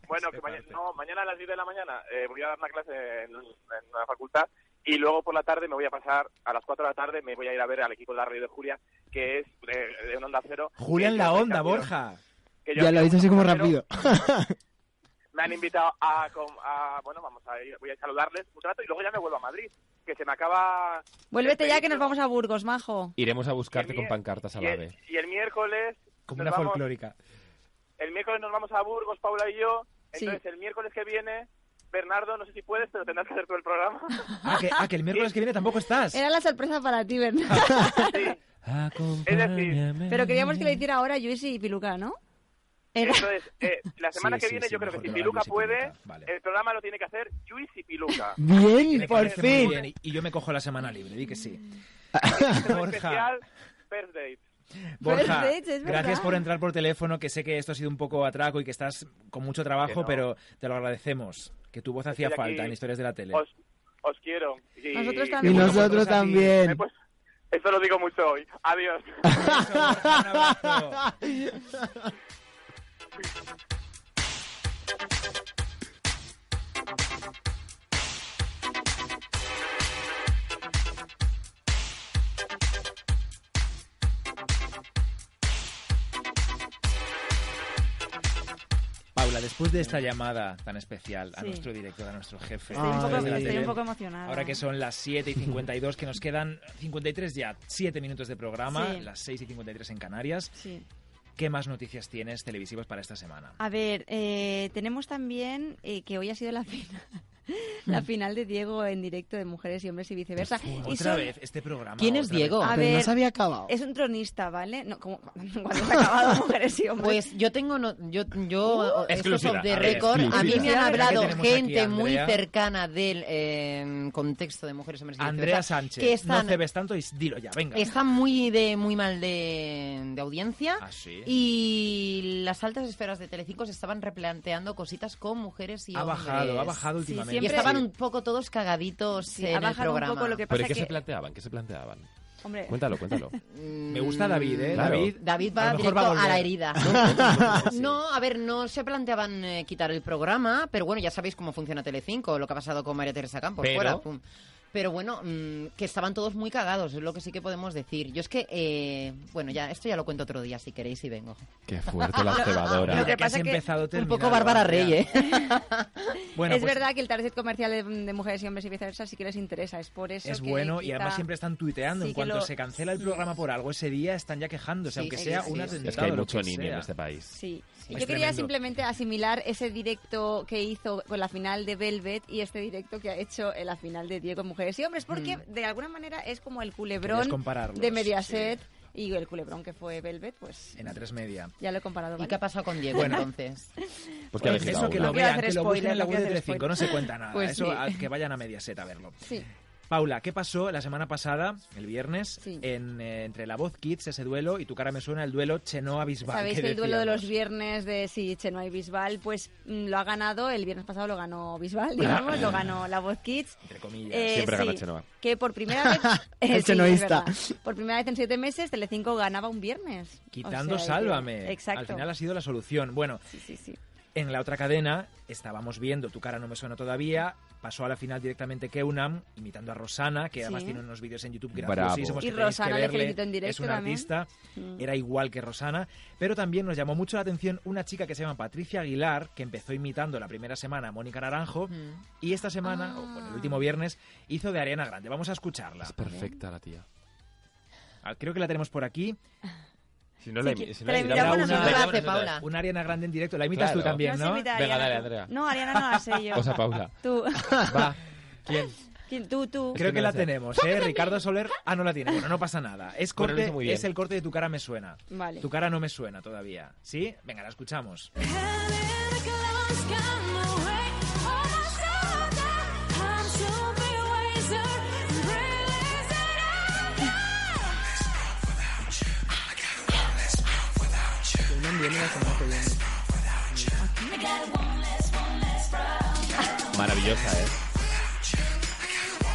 H: bueno, que mañana, no, mañana a las 10 de la mañana eh, voy a dar una clase en, en una facultad y luego por la tarde me voy a pasar, a las 4 de la tarde me voy a ir a ver al equipo de la radio de Julia, que es de, de un Onda Cero.
C: Julia en
H: Que
C: la
H: yo soy
C: onda,
H: campeón.
C: Borja.
H: Que yo
G: Ya lo
H: soy
G: hice así como
H: campeón.
G: rápido.
H: Me me han invitado a, com- a- bueno, vamos a ir, voy a saludarles un rato y luego ya me vuelvo a Madrid, que se me acaba...
D: Vuélvete ya que
H: Perfecto.
D: nos vamos a Burgos, majo.
F: Iremos a buscarte
H: El
F: con
H: mier-
F: pancartas a
H: y
F: la
H: el,
F: vez.
H: y el miércoles...
C: Como una
H: nos vamos-
C: folclórica.
H: el miércoles nos vamos a Burgos, Paula y yo.
D: Sí.
H: Entonces, el miércoles que viene, Bernardo, no sé si puedes, pero tendrás que hacer todo el programa.
C: Ah, que, ah, que el miércoles que viene tampoco estás.
D: Era la sorpresa para ti, Bernardo.
H: Sí,
C: Acompáñame.
D: Pero queríamos que lo hiciera ahora Luisi y Piluca, ¿no? Era...
H: eso es. eh, la semana
C: Sí,
H: que
C: sí,
H: viene,
C: sí,
H: yo creo que
C: mejor
H: si
C: que lo haga
H: Piluca
C: Luis y
H: puede,
C: Piluca, vale.
H: el programa lo tiene que hacer Luis y Piluca.
G: Bien,
H: Tiene que
G: por
H: ser
C: Muy
G: fin.
C: bien, y- y yo me cojo la semana libre, di que sí.
H: Un
C: Borja,
H: especial First Date.
C: Borja,
D: Pero es de- es verdad.
C: gracias por entrar por teléfono, que sé que esto ha sido un poco atraco y que estás con mucho trabajo,
H: Que no.
C: pero te lo agradecemos, que tu voz hacía
H: Estoy aquí.
C: falta en historias de la tele.
H: Os, os quiero. Y-
D: Nosotros
G: Y
D: también.
G: nosotros
H: Eh,
G: también.
H: pues, esto lo digo mucho hoy. Adiós.
C: Eso, Borja, un abrazo. Paula, después de esta llamada tan especial a
D: Sí.
C: nuestro director, a nuestro jefe,
D: Estoy
F: Ah,
D: un, poco,
C: de la
D: estoy
C: tele,
D: un poco emocionada.
C: Ahora que son las 7 y 52, que nos quedan 53 ya, 7 minutos de programa,
D: Sí.
C: las 6 y 53 en Canarias.
D: Sí.
C: ¿Qué más noticias tienes televisivas para esta semana?
D: A ver, eh, tenemos también eh, que hoy ha sido la final.
C: Mm.
D: La final de Diego en directo de Mujeres y Hombres y viceversa. Y
C: Otra
D: son-
C: vez este programa.
E: ¿Quién es
C: otra
E: Diego?
D: A
G: Pero
D: ver,
G: no se había acabado.
D: Es un tronista, ¿vale? No, como cuando se ha acabado Mujeres y Hombres.
E: Pues yo tengo, no- yo,
D: Uh,
E: yo, esto es
F: exclusiva,
E: off the
F: a ver,
E: record. A mí
F: exclusiva.
E: me han
D: Ahora que
E: hablado
C: tenemos aquí a
E: gente muy
C: Andrea.
E: cercana del eh, contexto de mujeres, hombres y
C: Andrea
E: Viceversa,
C: Sánchez.
E: que están,
C: No cebes tanto y dilo ya, venga.
E: están muy de, muy mal de, de audiencia.
F: Ah, sí.
E: Y las altas esferas de Telecinco se estaban replanteando cositas con mujeres y
C: ha
E: hombres.
C: bajado, ha bajado
D: Sí,
C: últimamente.
E: Y
D: Siempre-
E: estaban un poco todos cagaditos
D: Sí,
E: en
D: ha
E: el
D: bajado un
E: programa.
D: poco lo que
F: ¿Pero
D: pasa
F: y qué
D: que...
F: se planteaban? ¿Qué se planteaban?
C: Pues,
D: hombre,
F: Cuéntalo, cuéntalo.
E: Mm,
C: Me gusta David, ¿eh?
F: Claro.
C: David,
E: David
C: a
E: va
C: lo
E: directo
C: mejor va
E: a,
C: volver.
E: la herida.
C: Sí.
E: No, a ver, no se planteaban eh, quitar el programa, pero bueno, ya sabéis cómo funciona Telecinco, lo que ha pasado con María Teresa Campos.
F: Pero-
E: fuera, pum. Pero bueno, mm, que estaban todos muy cagados, es lo que sí que podemos decir. Yo es que, eh, bueno, ya esto ya lo cuento otro día si queréis y vengo.
F: Qué fuerte la cebadora.
D: Lo
C: Mira
D: que
C: que has
D: pasa que-
C: empezado
E: Un
C: terminado,
E: poco Bárbara
C: Andrea.
E: Rey, ¿eh?
C: Bueno,
D: es
C: pues
D: verdad que el target comercial de, de Mujeres y Hombres y viceversa sí que les interesa, es por eso
C: Es
D: que
C: bueno y
D: quizá-
C: además siempre están tuiteando.
D: Sí,
C: en
D: que
C: cuanto
D: lo-
C: se cancela el programa por algo ese día, están ya quejándose,
E: Sí,
C: aunque
E: sí,
C: sea
E: sí,
C: un
E: sí, sí.
C: atentado.
F: Es que hay
C: lo
F: mucho niño
C: sea.
F: en este país.
D: Sí. Y
C: Es
D: yo
C: tremendo.
D: quería simplemente asimilar ese directo que hizo con la final de Velvet y este directo que ha hecho en la final de Diego en Mujeres y Hombres, porque de alguna manera es como
C: Mm.
D: el
C: Querías
D: culebrón
C: compararlos,
D: de Mediaset y el culebrón que fue Velvet, pues
C: En A3 Media.
D: ya lo he comparado.
E: ¿Y
D: ¿vale?
E: qué ha pasado con Diego
C: Bueno.
E: entonces?
F: Pues que ha
C: Pues
F: elegido
C: eso que
F: una.
C: lo
D: quiero
C: vean,
D: hacer
C: que lo busquen en la
D: spoiler,
C: web
D: no
C: de
D: quiero hacer
C: Telecinco, no se cuenta nada.
D: Pues
C: eso
D: sí.
C: a- que vayan a Mediaset a verlo.
D: Sí.
C: Paula, ¿qué pasó la semana pasada, el viernes,
D: Sí.
C: en, eh, entre La Voz Kids, ese duelo, y tu cara me suena, el duelo Chenoa Bisbal?
D: Sabéis que el duelo de los
C: decíamos?
D: viernes de si Chenoa y Bisbal, pues mm, lo ha ganado, el viernes pasado lo ganó Bisbal, digamos, lo ganó La Voz Kids.
C: Entre comillas.
D: Eh,
F: Siempre gana
D: sí,
F: Chenoa.
D: Que por primera vez...
G: El
D: es
G: chenoísta.
D: verdad. por primera vez en siete meses, Telecinco ganaba un viernes. O
C: Quitando
D: sea,
C: Sálvame.
D: que- Exacto.
C: Al final ha sido la solución. Bueno,
D: Sí, sí, sí.
C: en la otra cadena estábamos viendo Tu cara no me suena todavía. Pasó a la final directamente Keunam, imitando a Rosana, que además
D: Sí.
C: tiene unos vídeos en YouTube
F: Bravo.
C: graciosísimos.
D: Y
C: que tenéis que
D: Rosana le
C: verle.
D: felicitó en
C: Es
D: directo
C: una
D: también.
C: artista,
D: Mm.
C: era igual que Rosana. Pero también nos llamó mucho la atención una chica que se llama Patricia Aguilar, que empezó imitando la primera semana a Mónica Naranjo.
E: Mm.
C: Y esta semana,
E: Ah.
C: o bueno, el último viernes, hizo de Ariana Grande. Vamos a escucharla.
F: Es perfecta la tía.
C: Ah, Creo que la tenemos por aquí.
F: Si no
D: Sí,
F: la
D: que-
F: imi- si
D: te
F: no
D: la
F: la
D: imitamos
F: imitamos,
D: nosotros.
F: la
E: Lo hace
F: imitamos
E: Paula.
F: nosotras.
C: Una Ariana Grande en directo. La imitas
F: Claro.
C: tú también,
D: No
C: ¿no?
D: se imita a
F: Venga,
D: Ariana.
F: dale, Andrea.
D: No, Ariana no la sé yo.
F: Vamos a Paula.
D: Tú.
F: Va. ¿Quién?
D: ¿Quién? Tú, tú.
C: Creo
F: Es que
C: que
F: no
C: la
F: sé.
C: tenemos, ¿eh? Ricardo Soler. Ah, no la tiene. Bueno, no pasa nada. Es,
F: Bueno, lo
C: corte,
F: hizo muy bien.
C: es el corte de tu cara me suena.
D: Vale.
C: Tu cara no me suena todavía. ¿Sí? Venga, la escuchamos.
G: Keunam viene la semana que viene.
F: Maravillosa, ¿eh?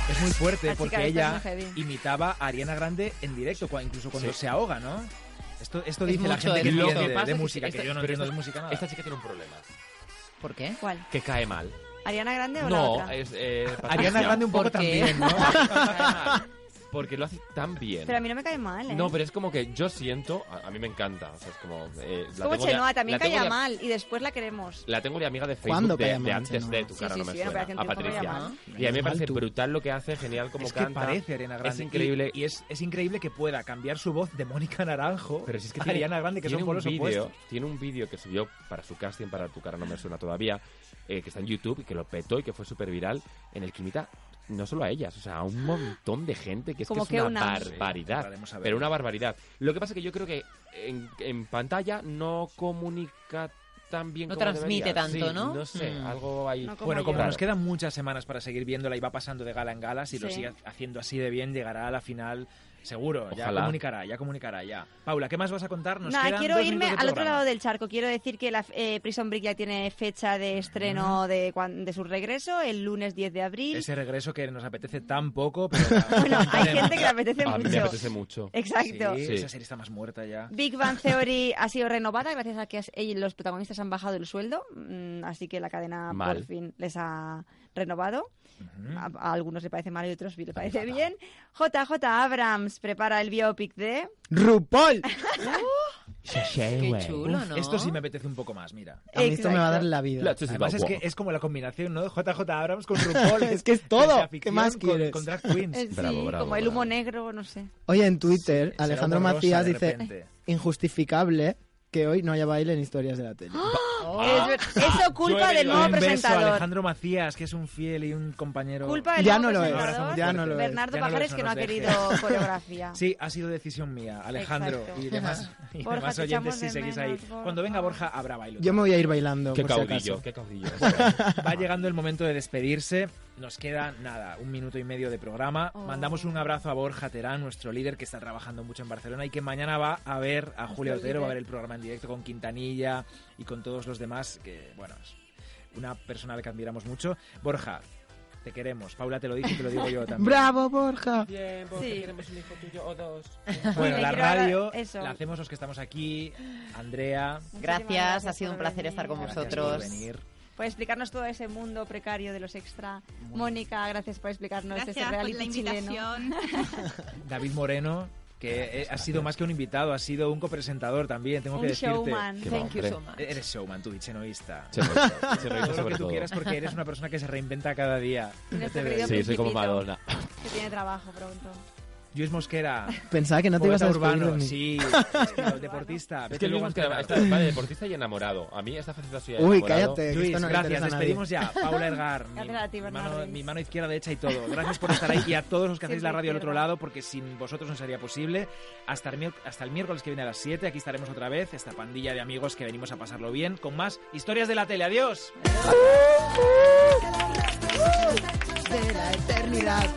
C: Es muy fuerte
D: La chica
C: porque
D: esta
C: ella
D: es muy heavy.
C: imitaba a Ariana Grande en directo, cua- incluso cuando se ahoga, ¿no? Esto, esto
E: Es
C: dice la
E: mucho,
C: gente que
E: es
C: entiende
E: mucho. Lo que
C: de,
E: pasa
C: de
E: es que
C: música, que
E: esta-
C: yo no
F: pero
C: entiendo de
F: esta-
C: música nada.
F: Esta chica tiene un problema.
E: ¿Por qué?
D: ¿Cuál?
F: Que cae mal.
D: ¿Ariana Grande o la
F: No,
D: otra?
F: es. eh, Patricia.
C: Ariana Grande un poco
E: ¿Por qué?
C: también, ¿no?
E: Cae mal.
F: porque lo hace tan bien.
D: Pero a mí no me cae mal, ¿eh?
F: No, pero es como que yo siento, a, a mí me encanta. O sea, es como. eh,
D: es
F: la
D: como
F: tengo de-
D: Chenoa, también
F: la tengo
D: caía
F: de-
D: mal y después la queremos.
F: La tengo de amiga de Facebook
G: ¿Cuándo
F: de,
G: caía mal
F: de antes
G: Chenoa?
F: de tu
D: Sí,
F: cara,
D: sí,
F: no me
D: sí, en
F: suena.
D: Operación
F: A
D: Triunfo caía
F: Patricia.
D: mal.
F: Y a mí me
G: Mal
F: parece
G: tú.
F: brutal lo que hace, genial como
C: es que
F: canta.
C: parece Ariana Grande.
F: Es increíble.
C: Y, y es, es increíble que pueda cambiar su voz de Mónica Naranjo
F: Pero si es que
C: a
F: tiene,
C: Ariana Grande, que
F: tiene
C: son
F: un
C: polos
F: vídeo-
C: opuestos.
F: Tiene un vídeo que subió para su casting, para tu cara no me suena todavía, eh, que está en YouTube y que lo petó y que fue súper viral, en el que imita no solo a ellas, o sea, a un montón de gente que es,
D: Como
F: que
D: que
F: es una
D: una-
F: barbaridad.
C: Entraremos a ver.
F: Pero una barbaridad. Lo que pasa es que yo creo que en, en pantalla no comunica tan bien
E: No
F: como
E: transmite
F: debería.
E: tanto,
F: Sí,
E: ¿no?
F: No sé,
E: Mm.
F: algo ahí.
D: No como
C: Bueno, como
D: yo.
C: nos quedan muchas semanas para seguir viéndola y va pasando de gala en gala, si lo
D: Sí.
C: sigue haciendo así de bien, llegará a la final seguro. Ya
F: Ojalá.
C: comunicará, ya comunicará, ya. Paula, ¿qué más vas a contar? Nos
D: Nada,
C: quedan
D: quiero
C: dos
D: irme
C: minutos de
D: al otro
C: programa.
D: lado del charco. Quiero decir que la eh, Prison Break ya tiene fecha de estreno de, cuan- de su regreso, el lunes 10 de abril.
C: Ese regreso que nos apetece tan poco, pero...
D: Bueno, hay gente que le apetece
F: A mí
D: mucho. Eh,
F: me apetece mucho.
D: Exacto.
C: Sí,
F: Sí.
C: esa serie está más muerta ya.
D: Big Bang Theory ha sido renovada gracias a que as- ellos- los protagonistas han bajado el sueldo, mm, así que la cadena
F: Mal.
D: por fin les ha renovado. A, a algunos le parece mal y a otros le parece bien. JJ Abrams prepara el biopic de...
G: ¡RuPaul!
E: Qué chulo,
C: Uf,
E: ¿no?
C: Esto sí me apetece un poco más, mira.
G: A mí esto me va a dar
D: Exacto.
G: la vida.
C: Además es que es como la combinación, ¿no? JJ Abrams con RuPaul.
G: Es que es
C: Ciencia
G: todo. ¿Qué
C: ficción
G: más
C: con-
G: quieres?
C: Con, drag queens.
D: Eh,
F: Bravo,
D: sí,
F: bravo,
D: como el humo
F: bravo.
D: negro, no sé.
G: Oye, en Twitter,
C: Será
G: Alejandro
C: humorosa
G: Macías
C: de
G: dice:
C: repente.
G: Injustificable que hoy no haya baile en historias de la tele.
D: ¡Ah! Es ver- Eso culpa del nuevo
C: Un beso a
D: presentador.
C: Alejandro Macías, que es un fiel y un compañero...
D: Culpa del
G: Ya
D: nuevo
G: no lo es,
D: presentador,
G: ya no lo es.
D: Bernardo
C: Ya no lo
D: Pajares
C: es, no
D: que no ha
C: nos deje.
D: querido coreografía.
C: Sí, ha sido decisión mía, Alejandro
D: Exacto.
C: y demás, y
D: Borja,
C: demás
D: te
C: oyentes
D: echamos
C: si
D: de
C: seguís ahí.
D: menos, Borja.
C: Cuando venga Borja habrá baile.
G: Yo me voy a ir bailando.
F: Qué
G: por si acaso.
F: caudillo, qué caudillo.
C: Va llegando el momento de despedirse. Nos queda nada, un minuto y medio de programa.
D: Oh.
C: Mandamos un abrazo a Borja Terán, nuestro líder que está trabajando mucho en Barcelona y que mañana va a ver a Julia Otero, va a ver el programa en directo con Quintanilla y con todos los demás, que bueno, es una persona a la que admiramos mucho. Borja, te queremos. Paula te lo dice y te lo digo yo también.
G: ¡Bravo, Borja!
D: Sí.
C: Bueno,
D: Le
C: la
D: quiero dar
C: radio
D: eso.
C: la hacemos los que estamos aquí. Andrea,
E: Gracias, ha sido un placer estar con
C: gracias por
E: vosotros.
C: venir.
D: Por explicarnos todo ese mundo precario de los extra. Mónica, gracias por explicarnos
I: Gracias
D: ese
I: por
D: reality
I: la
D: chileno.
I: invitación.
C: David Moreno, que eh, ha sido más que un invitado, ha sido un copresentador también, tengo que
D: Un
C: decirte.
D: showman.
F: Qué
E: Thank you
F: hombre.
E: so much.
C: Eres showman, tú, y chenoísta.
F: Se lo- pues, se lo hizo
C: Todo lo
F: sobre
C: que tú
F: todo.
C: quieras porque eres una persona que se reinventa cada día.
D: Nuestro
C: No te
D: querido
C: ves.
F: Sí, soy como
D: Principito.
F: Madonna.
D: Que tiene trabajo pronto.
C: Luis Mosquera,
G: Pensaba que no te ibas
C: poeta
G: a despedir
C: urbano,
G: de mí.
C: sí, eh, deportista.
F: Es que
C: Luis
F: luego
C: Mosquera.
F: está va de deportista y enamorado. A mí esta faceta suya de
G: Uy,
F: enamorado-
G: cállate. que
C: Luis,
G: esto no le
C: gracias,
G: interesa a nadie.
C: despedimos ya. Paula Ergar, mi,
D: Gracias a ti,
C: mi
D: Bernardo
C: mano,
D: Ruiz.
C: mi mano izquierda, derecha y todo. Gracias por estar ahí y a todos los que hacéis la
D: Siempre
C: radio al otro
D: izquierda.
C: lado, porque sin vosotros no sería posible. Hasta el, miér- hasta el miércoles que viene a las 7, aquí estaremos otra vez, esta pandilla de amigos que venimos a pasarlo bien, con más historias de la tele. ¡Adiós!
G: de la eternidad.